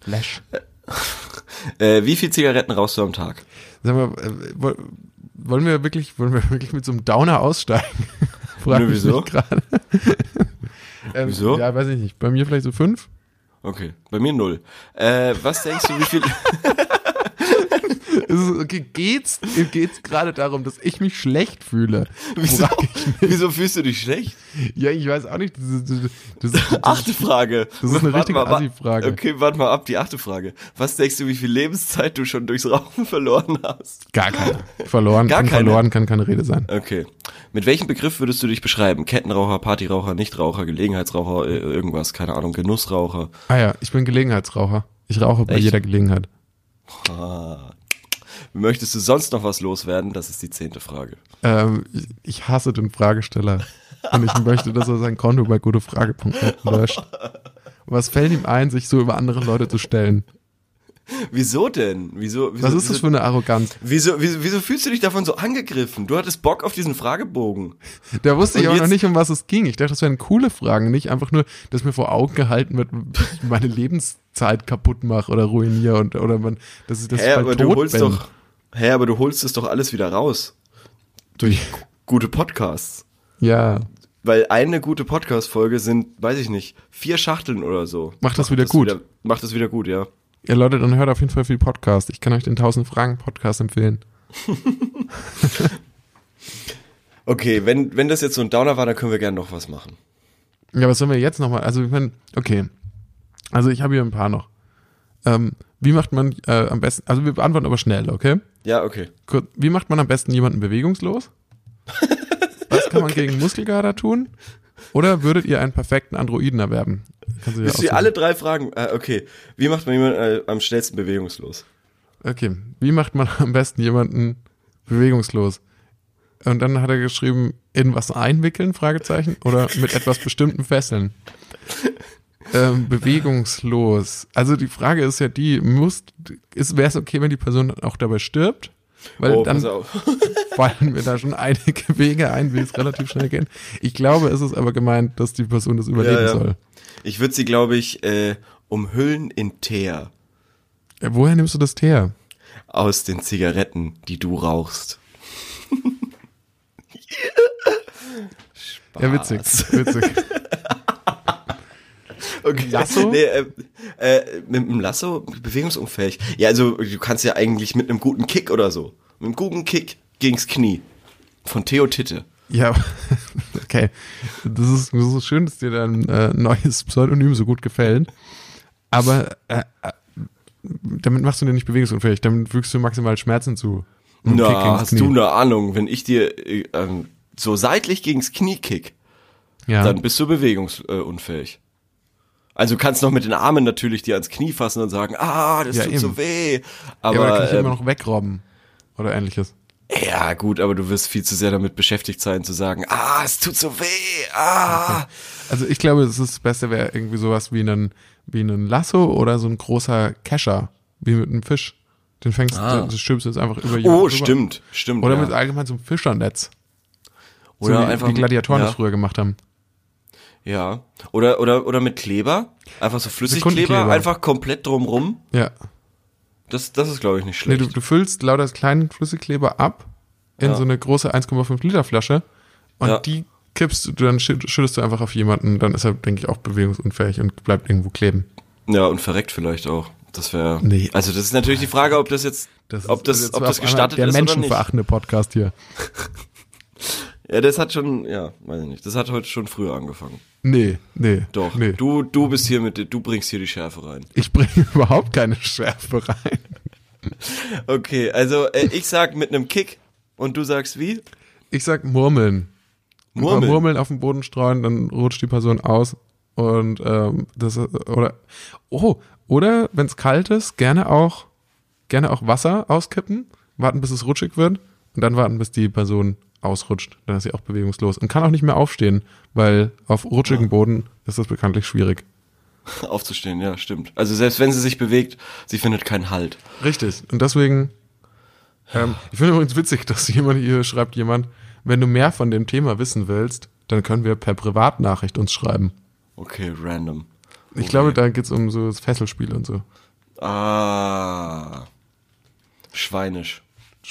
A: Flash.
B: Äh, wie viel Zigaretten rauchst du am Tag?
A: Sag mal, äh, woll- wollen wir wirklich, wollen wir wirklich mit so einem Downer aussteigen? Frag
B: Nö,
A: mich
B: wieso?
A: gerade. ähm,
B: Wieso?
A: Ja, weiß ich nicht. Bei mir vielleicht so fünf.
B: Okay, bei mir null. Äh, was denkst du, wie viel...
A: Es ist, okay, geht's, geht's gerade darum, dass ich mich schlecht fühle?
B: wieso,
A: Frag
B: wieso fühlst du dich schlecht?
A: Ja, ich weiß auch nicht. Das, ist- das, das, das,
B: Achte Frage.
A: Das ist eine
B: Warte
A: richtige
B: mal, wa-
A: Assi-Frage.
B: Okay, warte mal ab, die achte Frage. Was denkst du, wie viel Lebenszeit du schon durchs Rauchen verloren hast?
A: Gar keine. Verloren,
B: Gar
A: von
B: keine?
A: verloren kann keine Rede sein.
B: Okay. Mit welchem Begriff würdest du dich beschreiben? Kettenraucher, Partyraucher, Nichtraucher, Gelegenheitsraucher, äh, irgendwas, keine Ahnung, Genussraucher.
A: Ah ja, ich bin Gelegenheitsraucher. Ich rauche bei
B: Echt?
A: jeder Gelegenheit.
B: Ah. Möchtest du sonst noch was loswerden? Das ist die zehnte Frage.
A: Ähm, ich, ich hasse den Fragesteller. Und ich möchte, dass er sein Konto bei gutefrage.net löscht. Was fällt ihm ein, sich so über andere Leute zu stellen?
B: Wieso denn? Wieso, wieso,
A: Was ist das
B: wieso,
A: für eine Arroganz?
B: wieso, wieso, wieso fühlst du dich davon so angegriffen? Du hattest Bock auf diesen Fragebogen.
A: Da wusste ich
B: Und
A: auch noch
B: jetzt-
A: nicht, um was es ging. Ich dachte, das wären coole Fragen, nicht einfach nur, dass mir vor Augen gehalten wird, ich meine Lebenszeit kaputt mache oder ruiniere und oder man, dass ich das
B: Hä, aber du holst
A: bin.
B: doch. Hä, aber du holst es doch alles wieder raus.
A: durch.
B: Gute Podcasts.
A: Ja,
B: Weil eine gute Podcast-Folge sind, weiß ich nicht, vier Schachteln oder so.
A: Macht das wieder gut.
B: macht das wieder gut, ja.
A: Ja, Leute, dann hört auf jeden Fall viel Podcast. Ich kann euch den 1000 Fragen Podcast empfehlen.
B: Okay, wenn, wenn das jetzt so ein Downer war, dann können wir gerne noch was machen.
A: Ja, was sollen wir jetzt nochmal? Also, ich meine, okay. Also, ich habe hier ein paar noch. Ähm, wie macht man äh, am besten, also wir beantworten aber schnell, okay?
B: Ja, okay.
A: Kurz, wie macht man am besten jemanden bewegungslos? Was kann man gegen Muskelkater tun? Oder würdet ihr einen perfekten Androiden erwerben? Kannst du dir
B: Bist du
A: aussuchen.
B: alle drei Fragen? Äh, okay. Wie macht man jemanden äh, am schnellsten bewegungslos?
A: Okay, wie macht man am besten jemanden bewegungslos? Und dann hat er geschrieben, in was einwickeln, Fragezeichen, oder mit etwas bestimmten Fesseln. ähm, bewegungslos. Also die Frage ist ja die, muss, wäre es okay, wenn die Person auch dabei stirbt? Weil
B: Oh,
A: dann
B: pass auf.
A: fallen mir da schon einige Wege ein, wie es relativ schnell gehen. Ich glaube, es ist aber gemeint, dass die Person das überleben
B: Ja, ja.
A: soll.
B: Ich würde sie, glaube ich, äh, umhüllen in Teer
A: Ja, woher nimmst du das her?
B: aus den Zigaretten, die du rauchst.
A: Ja, witzig, witzig.
B: Okay.
A: Lasso?
B: Nee, äh, äh, mit einem Lasso bewegungsunfähig. Ja, also du kannst ja eigentlich mit einem guten Kick oder so. Mit einem guten Kick gegens Knie. Von Theo Titte.
A: Ja, okay. Das ist, das ist schön, dass dir dein äh, neues Pseudonym so gut gefällt. Aber äh, äh, damit machst du dir nicht bewegungsunfähig, damit fügst du maximal Schmerzen zu. Ein Kick
B: Na,
A: ging's
B: hast
A: Knie.
B: du eine Ahnung, wenn ich dir äh, ähm, so seitlich gegens Knie kick,
A: ja.
B: dann bist du bewegungsunfähig. Also du kannst noch mit den Armen natürlich dir ans Knie fassen und sagen, ah, das
A: Ja,
B: tut
A: eben.
B: so weh.
A: ja, aber da
B: Aber ähm,
A: kann
B: ja,
A: ich immer noch wegrobben oder ähnliches.
B: ähm, ja, gut, aber du wirst viel zu sehr damit beschäftigt sein zu sagen, ah, es tut so weh. Ah.
A: Also ich glaube, das, ist das Beste wäre irgendwie sowas wie ein wie einen Lasso oder so ein großer Kescher, wie mit einem Fisch. Den fängst
B: Ah.
A: du, stülpst du jetzt einfach über jemanden
B: Oh,
A: rüber.
B: stimmt, stimmt.
A: Oder
B: ja.
A: mit allgemein so einem Fischernetz. so
B: Oder
A: wie
B: einfach
A: die Gladiatoren
B: ja,
A: das früher gemacht haben.
B: Ja. Oder oder oder mit Kleber, einfach so Flüssigkleber,
A: Sekundenkleber.
B: einfach komplett drumrum.
A: Ja.
B: Das das ist glaube ich nicht
A: Nee,
B: schlecht.
A: du, du füllst lauter das kleinen Flüssigkleber ab in so eine große 1,5 Liter Flasche und
B: Ja.
A: die kippst du, dann schü- schüttest du einfach auf jemanden, dann ist er, denke ich, auch bewegungsunfähig und bleibt irgendwo kleben.
B: ja, und verreckt vielleicht auch. Das wäre
A: Nee.
B: Also das ist natürlich die Frage, ob das jetzt ob
A: ist
B: das
A: jetzt
B: ob
A: auf
B: das
A: einmal
B: gestattet
A: der
B: ist oder nicht.
A: menschenverachtende Podcast hier.
B: Ja, das hat schon ja, weiß ich nicht. Das hat heute schon früher angefangen.
A: Nee, nee.
B: Doch.
A: Nee.
B: Du du bist hier mit du bringst hier die Schärfe rein.
A: Ich bringe überhaupt keine Schärfe rein.
B: Okay, also äh, ich sag mit einem Kick und du sagst wie?
A: Ich sag murmeln.
B: Murmeln.
A: Murmeln auf den Boden streuen, dann rutscht die Person aus. Und ähm, das oder oh, oder wenn es kalt ist, gerne auch gerne auch Wasser auskippen, warten bis es rutschig wird und dann warten bis die Person ausrutscht, dann ist sie auch bewegungslos und kann auch nicht mehr aufstehen, weil auf rutschigem Boden ist das bekanntlich schwierig.
B: Aufzustehen, ja, stimmt. Also selbst wenn sie sich bewegt, sie findet keinen Halt.
A: Richtig. Und deswegen, ähm, ich finde übrigens witzig, dass jemand hier schreibt, jemand, wenn du mehr von dem Thema wissen willst, dann können wir per Privatnachricht uns schreiben.
B: Okay, random.
A: Ich
B: Oh
A: glaube, da geht's um so das Fesselspiel und so.
B: Ah. Schweinisch.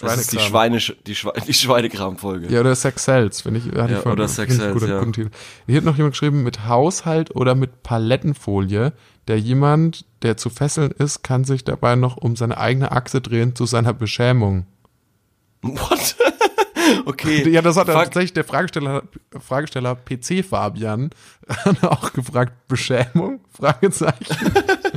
B: Das ist die
A: Schweinekram.
B: schweinische, die, Schwe die Schweinekram-Folge.
A: Ja, oder Sex Sales, finde ich. Hatte
B: Ja,
A: ich vorhin-
B: oder
A: finde
B: Sex
A: ich
B: Sells,
A: guter-
B: ja.
A: guten Titel. Hier hat noch jemand geschrieben, mit Haushalt oder mit Palettenfolie, der jemand, der zu fesseln ist, kann sich dabei noch um seine eigene Achse drehen zu seiner Beschämung.
B: What? okay.
A: Ja, das hat er
B: Fuck.
A: tatsächlich der Fragesteller, Fragesteller PC Fabian hat auch gefragt. Beschämung? Fragezeichen.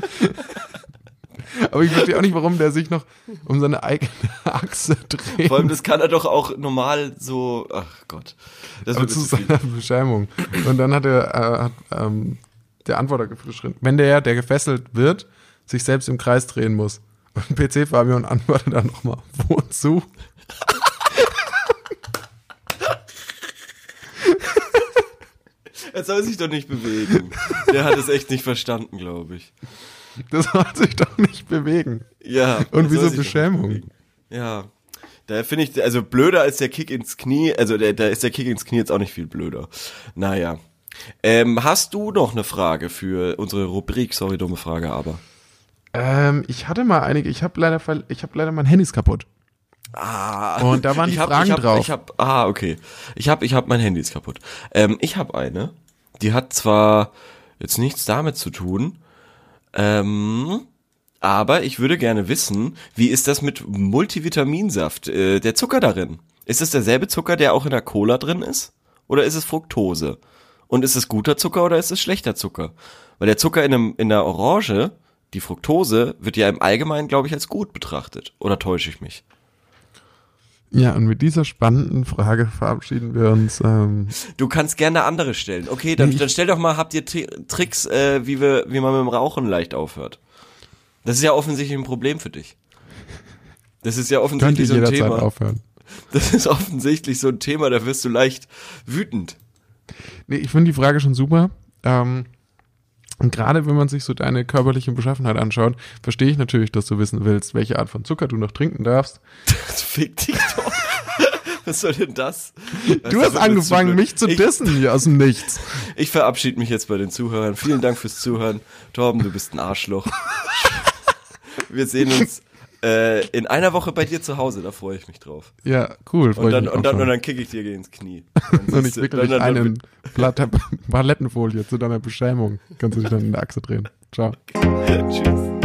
A: Aber ich verstehe auch nicht, warum der sich noch um seine eigene Achse dreht.
B: Vor allem, das kann er doch auch normal so. Ach Gott. Das
A: Aber
B: wird
A: zu
B: zu viel.
A: seiner Beschämung. Und dann hat er, äh, hat, ähm, der Antworter geschrieben, wenn der, der gefesselt wird, sich selbst im Kreis drehen muss. Und PC Fabian antwortet dann nochmal, wozu?
B: Er soll sich doch nicht bewegen. Der hat es echt nicht verstanden, glaube ich.
A: Das soll sich doch nicht bewegen.
B: Ja. er
A: Und
B: soll
A: wieso
B: sich doch-
A: Beschämung?
B: Ja. Da finde ich, also blöder als der Kick ins Knie, also der, da ist der Kick ins Knie jetzt auch nicht viel blöder. Naja. Ähm, hast du noch eine Frage für unsere Rubrik? Sorry, dumme Frage, aber.
A: Ähm, ich hatte mal einige. Ich habe leider, verl- ich habe leider mein Handys kaputt.
B: Ah.
A: Und da waren die
B: ich hab,
A: Fragen
B: ich hab,
A: drauf.
B: Ich hab, ah, okay. Ich hab, ich hab mein Handy ist kaputt. Ähm, ich hab eine, die hat zwar jetzt nichts damit zu tun, ähm, aber ich würde gerne wissen, wie ist das mit Multivitaminsaft? Äh, der Zucker darin? Ist es derselbe Zucker, der auch in der Cola drin ist? Oder ist es Fructose? Und ist es guter Zucker oder ist es schlechter Zucker? Weil der Zucker in, einem, in der Orange, die Fructose, wird ja im Allgemeinen, glaube ich, als gut betrachtet. Oder täusche ich mich?
A: Ja, und mit dieser spannenden Frage verabschieden wir uns. Ähm,
B: Du kannst gerne andere stellen. Okay, dann, dann stell doch mal, habt ihr Tri Tricks, äh, wie, wir, wie man mit dem Rauchen leicht aufhört? Das ist ja offensichtlich ein Problem für dich. Das ist ja
A: könnt ihr
B: offensichtlich so ein
A: jederzeit
B: Thema.
A: aufhören.
B: Das ist offensichtlich so ein Thema, da wirst du leicht wütend.
A: Nee, ich finde die Frage schon super. Ähm, Und gerade wenn man sich so deine körperliche Beschaffenheit anschaut, verstehe ich natürlich, dass du wissen willst, welche Art von Zucker du noch trinken darfst.
B: Das fick dich doch. Was soll denn das?
A: Du hast angefangen, mich zu
B: ich,
A: dissen hier aus dem Nichts.
B: Ich verabschiede mich jetzt bei den Zuhörern. Vielen Dank fürs Zuhören. Torben, du bist ein Arschloch. Wir sehen uns äh, in einer Woche bei dir zu Hause. Da freue ich mich drauf.
A: Ja, cool. freu
B: Und
A: ich
B: dann,
A: mich
B: und
A: auch
B: dann,
A: schon.
B: und dann kicke ich dir gegen ins Knie.
A: Und ich
B: siehst du-
A: wickel dich
B: dann- dann-
A: einen Blatt Palettenfolie zu deiner Beschämung. Kannst du dich dann in der Achse drehen. Ciao.
B: Tschüss.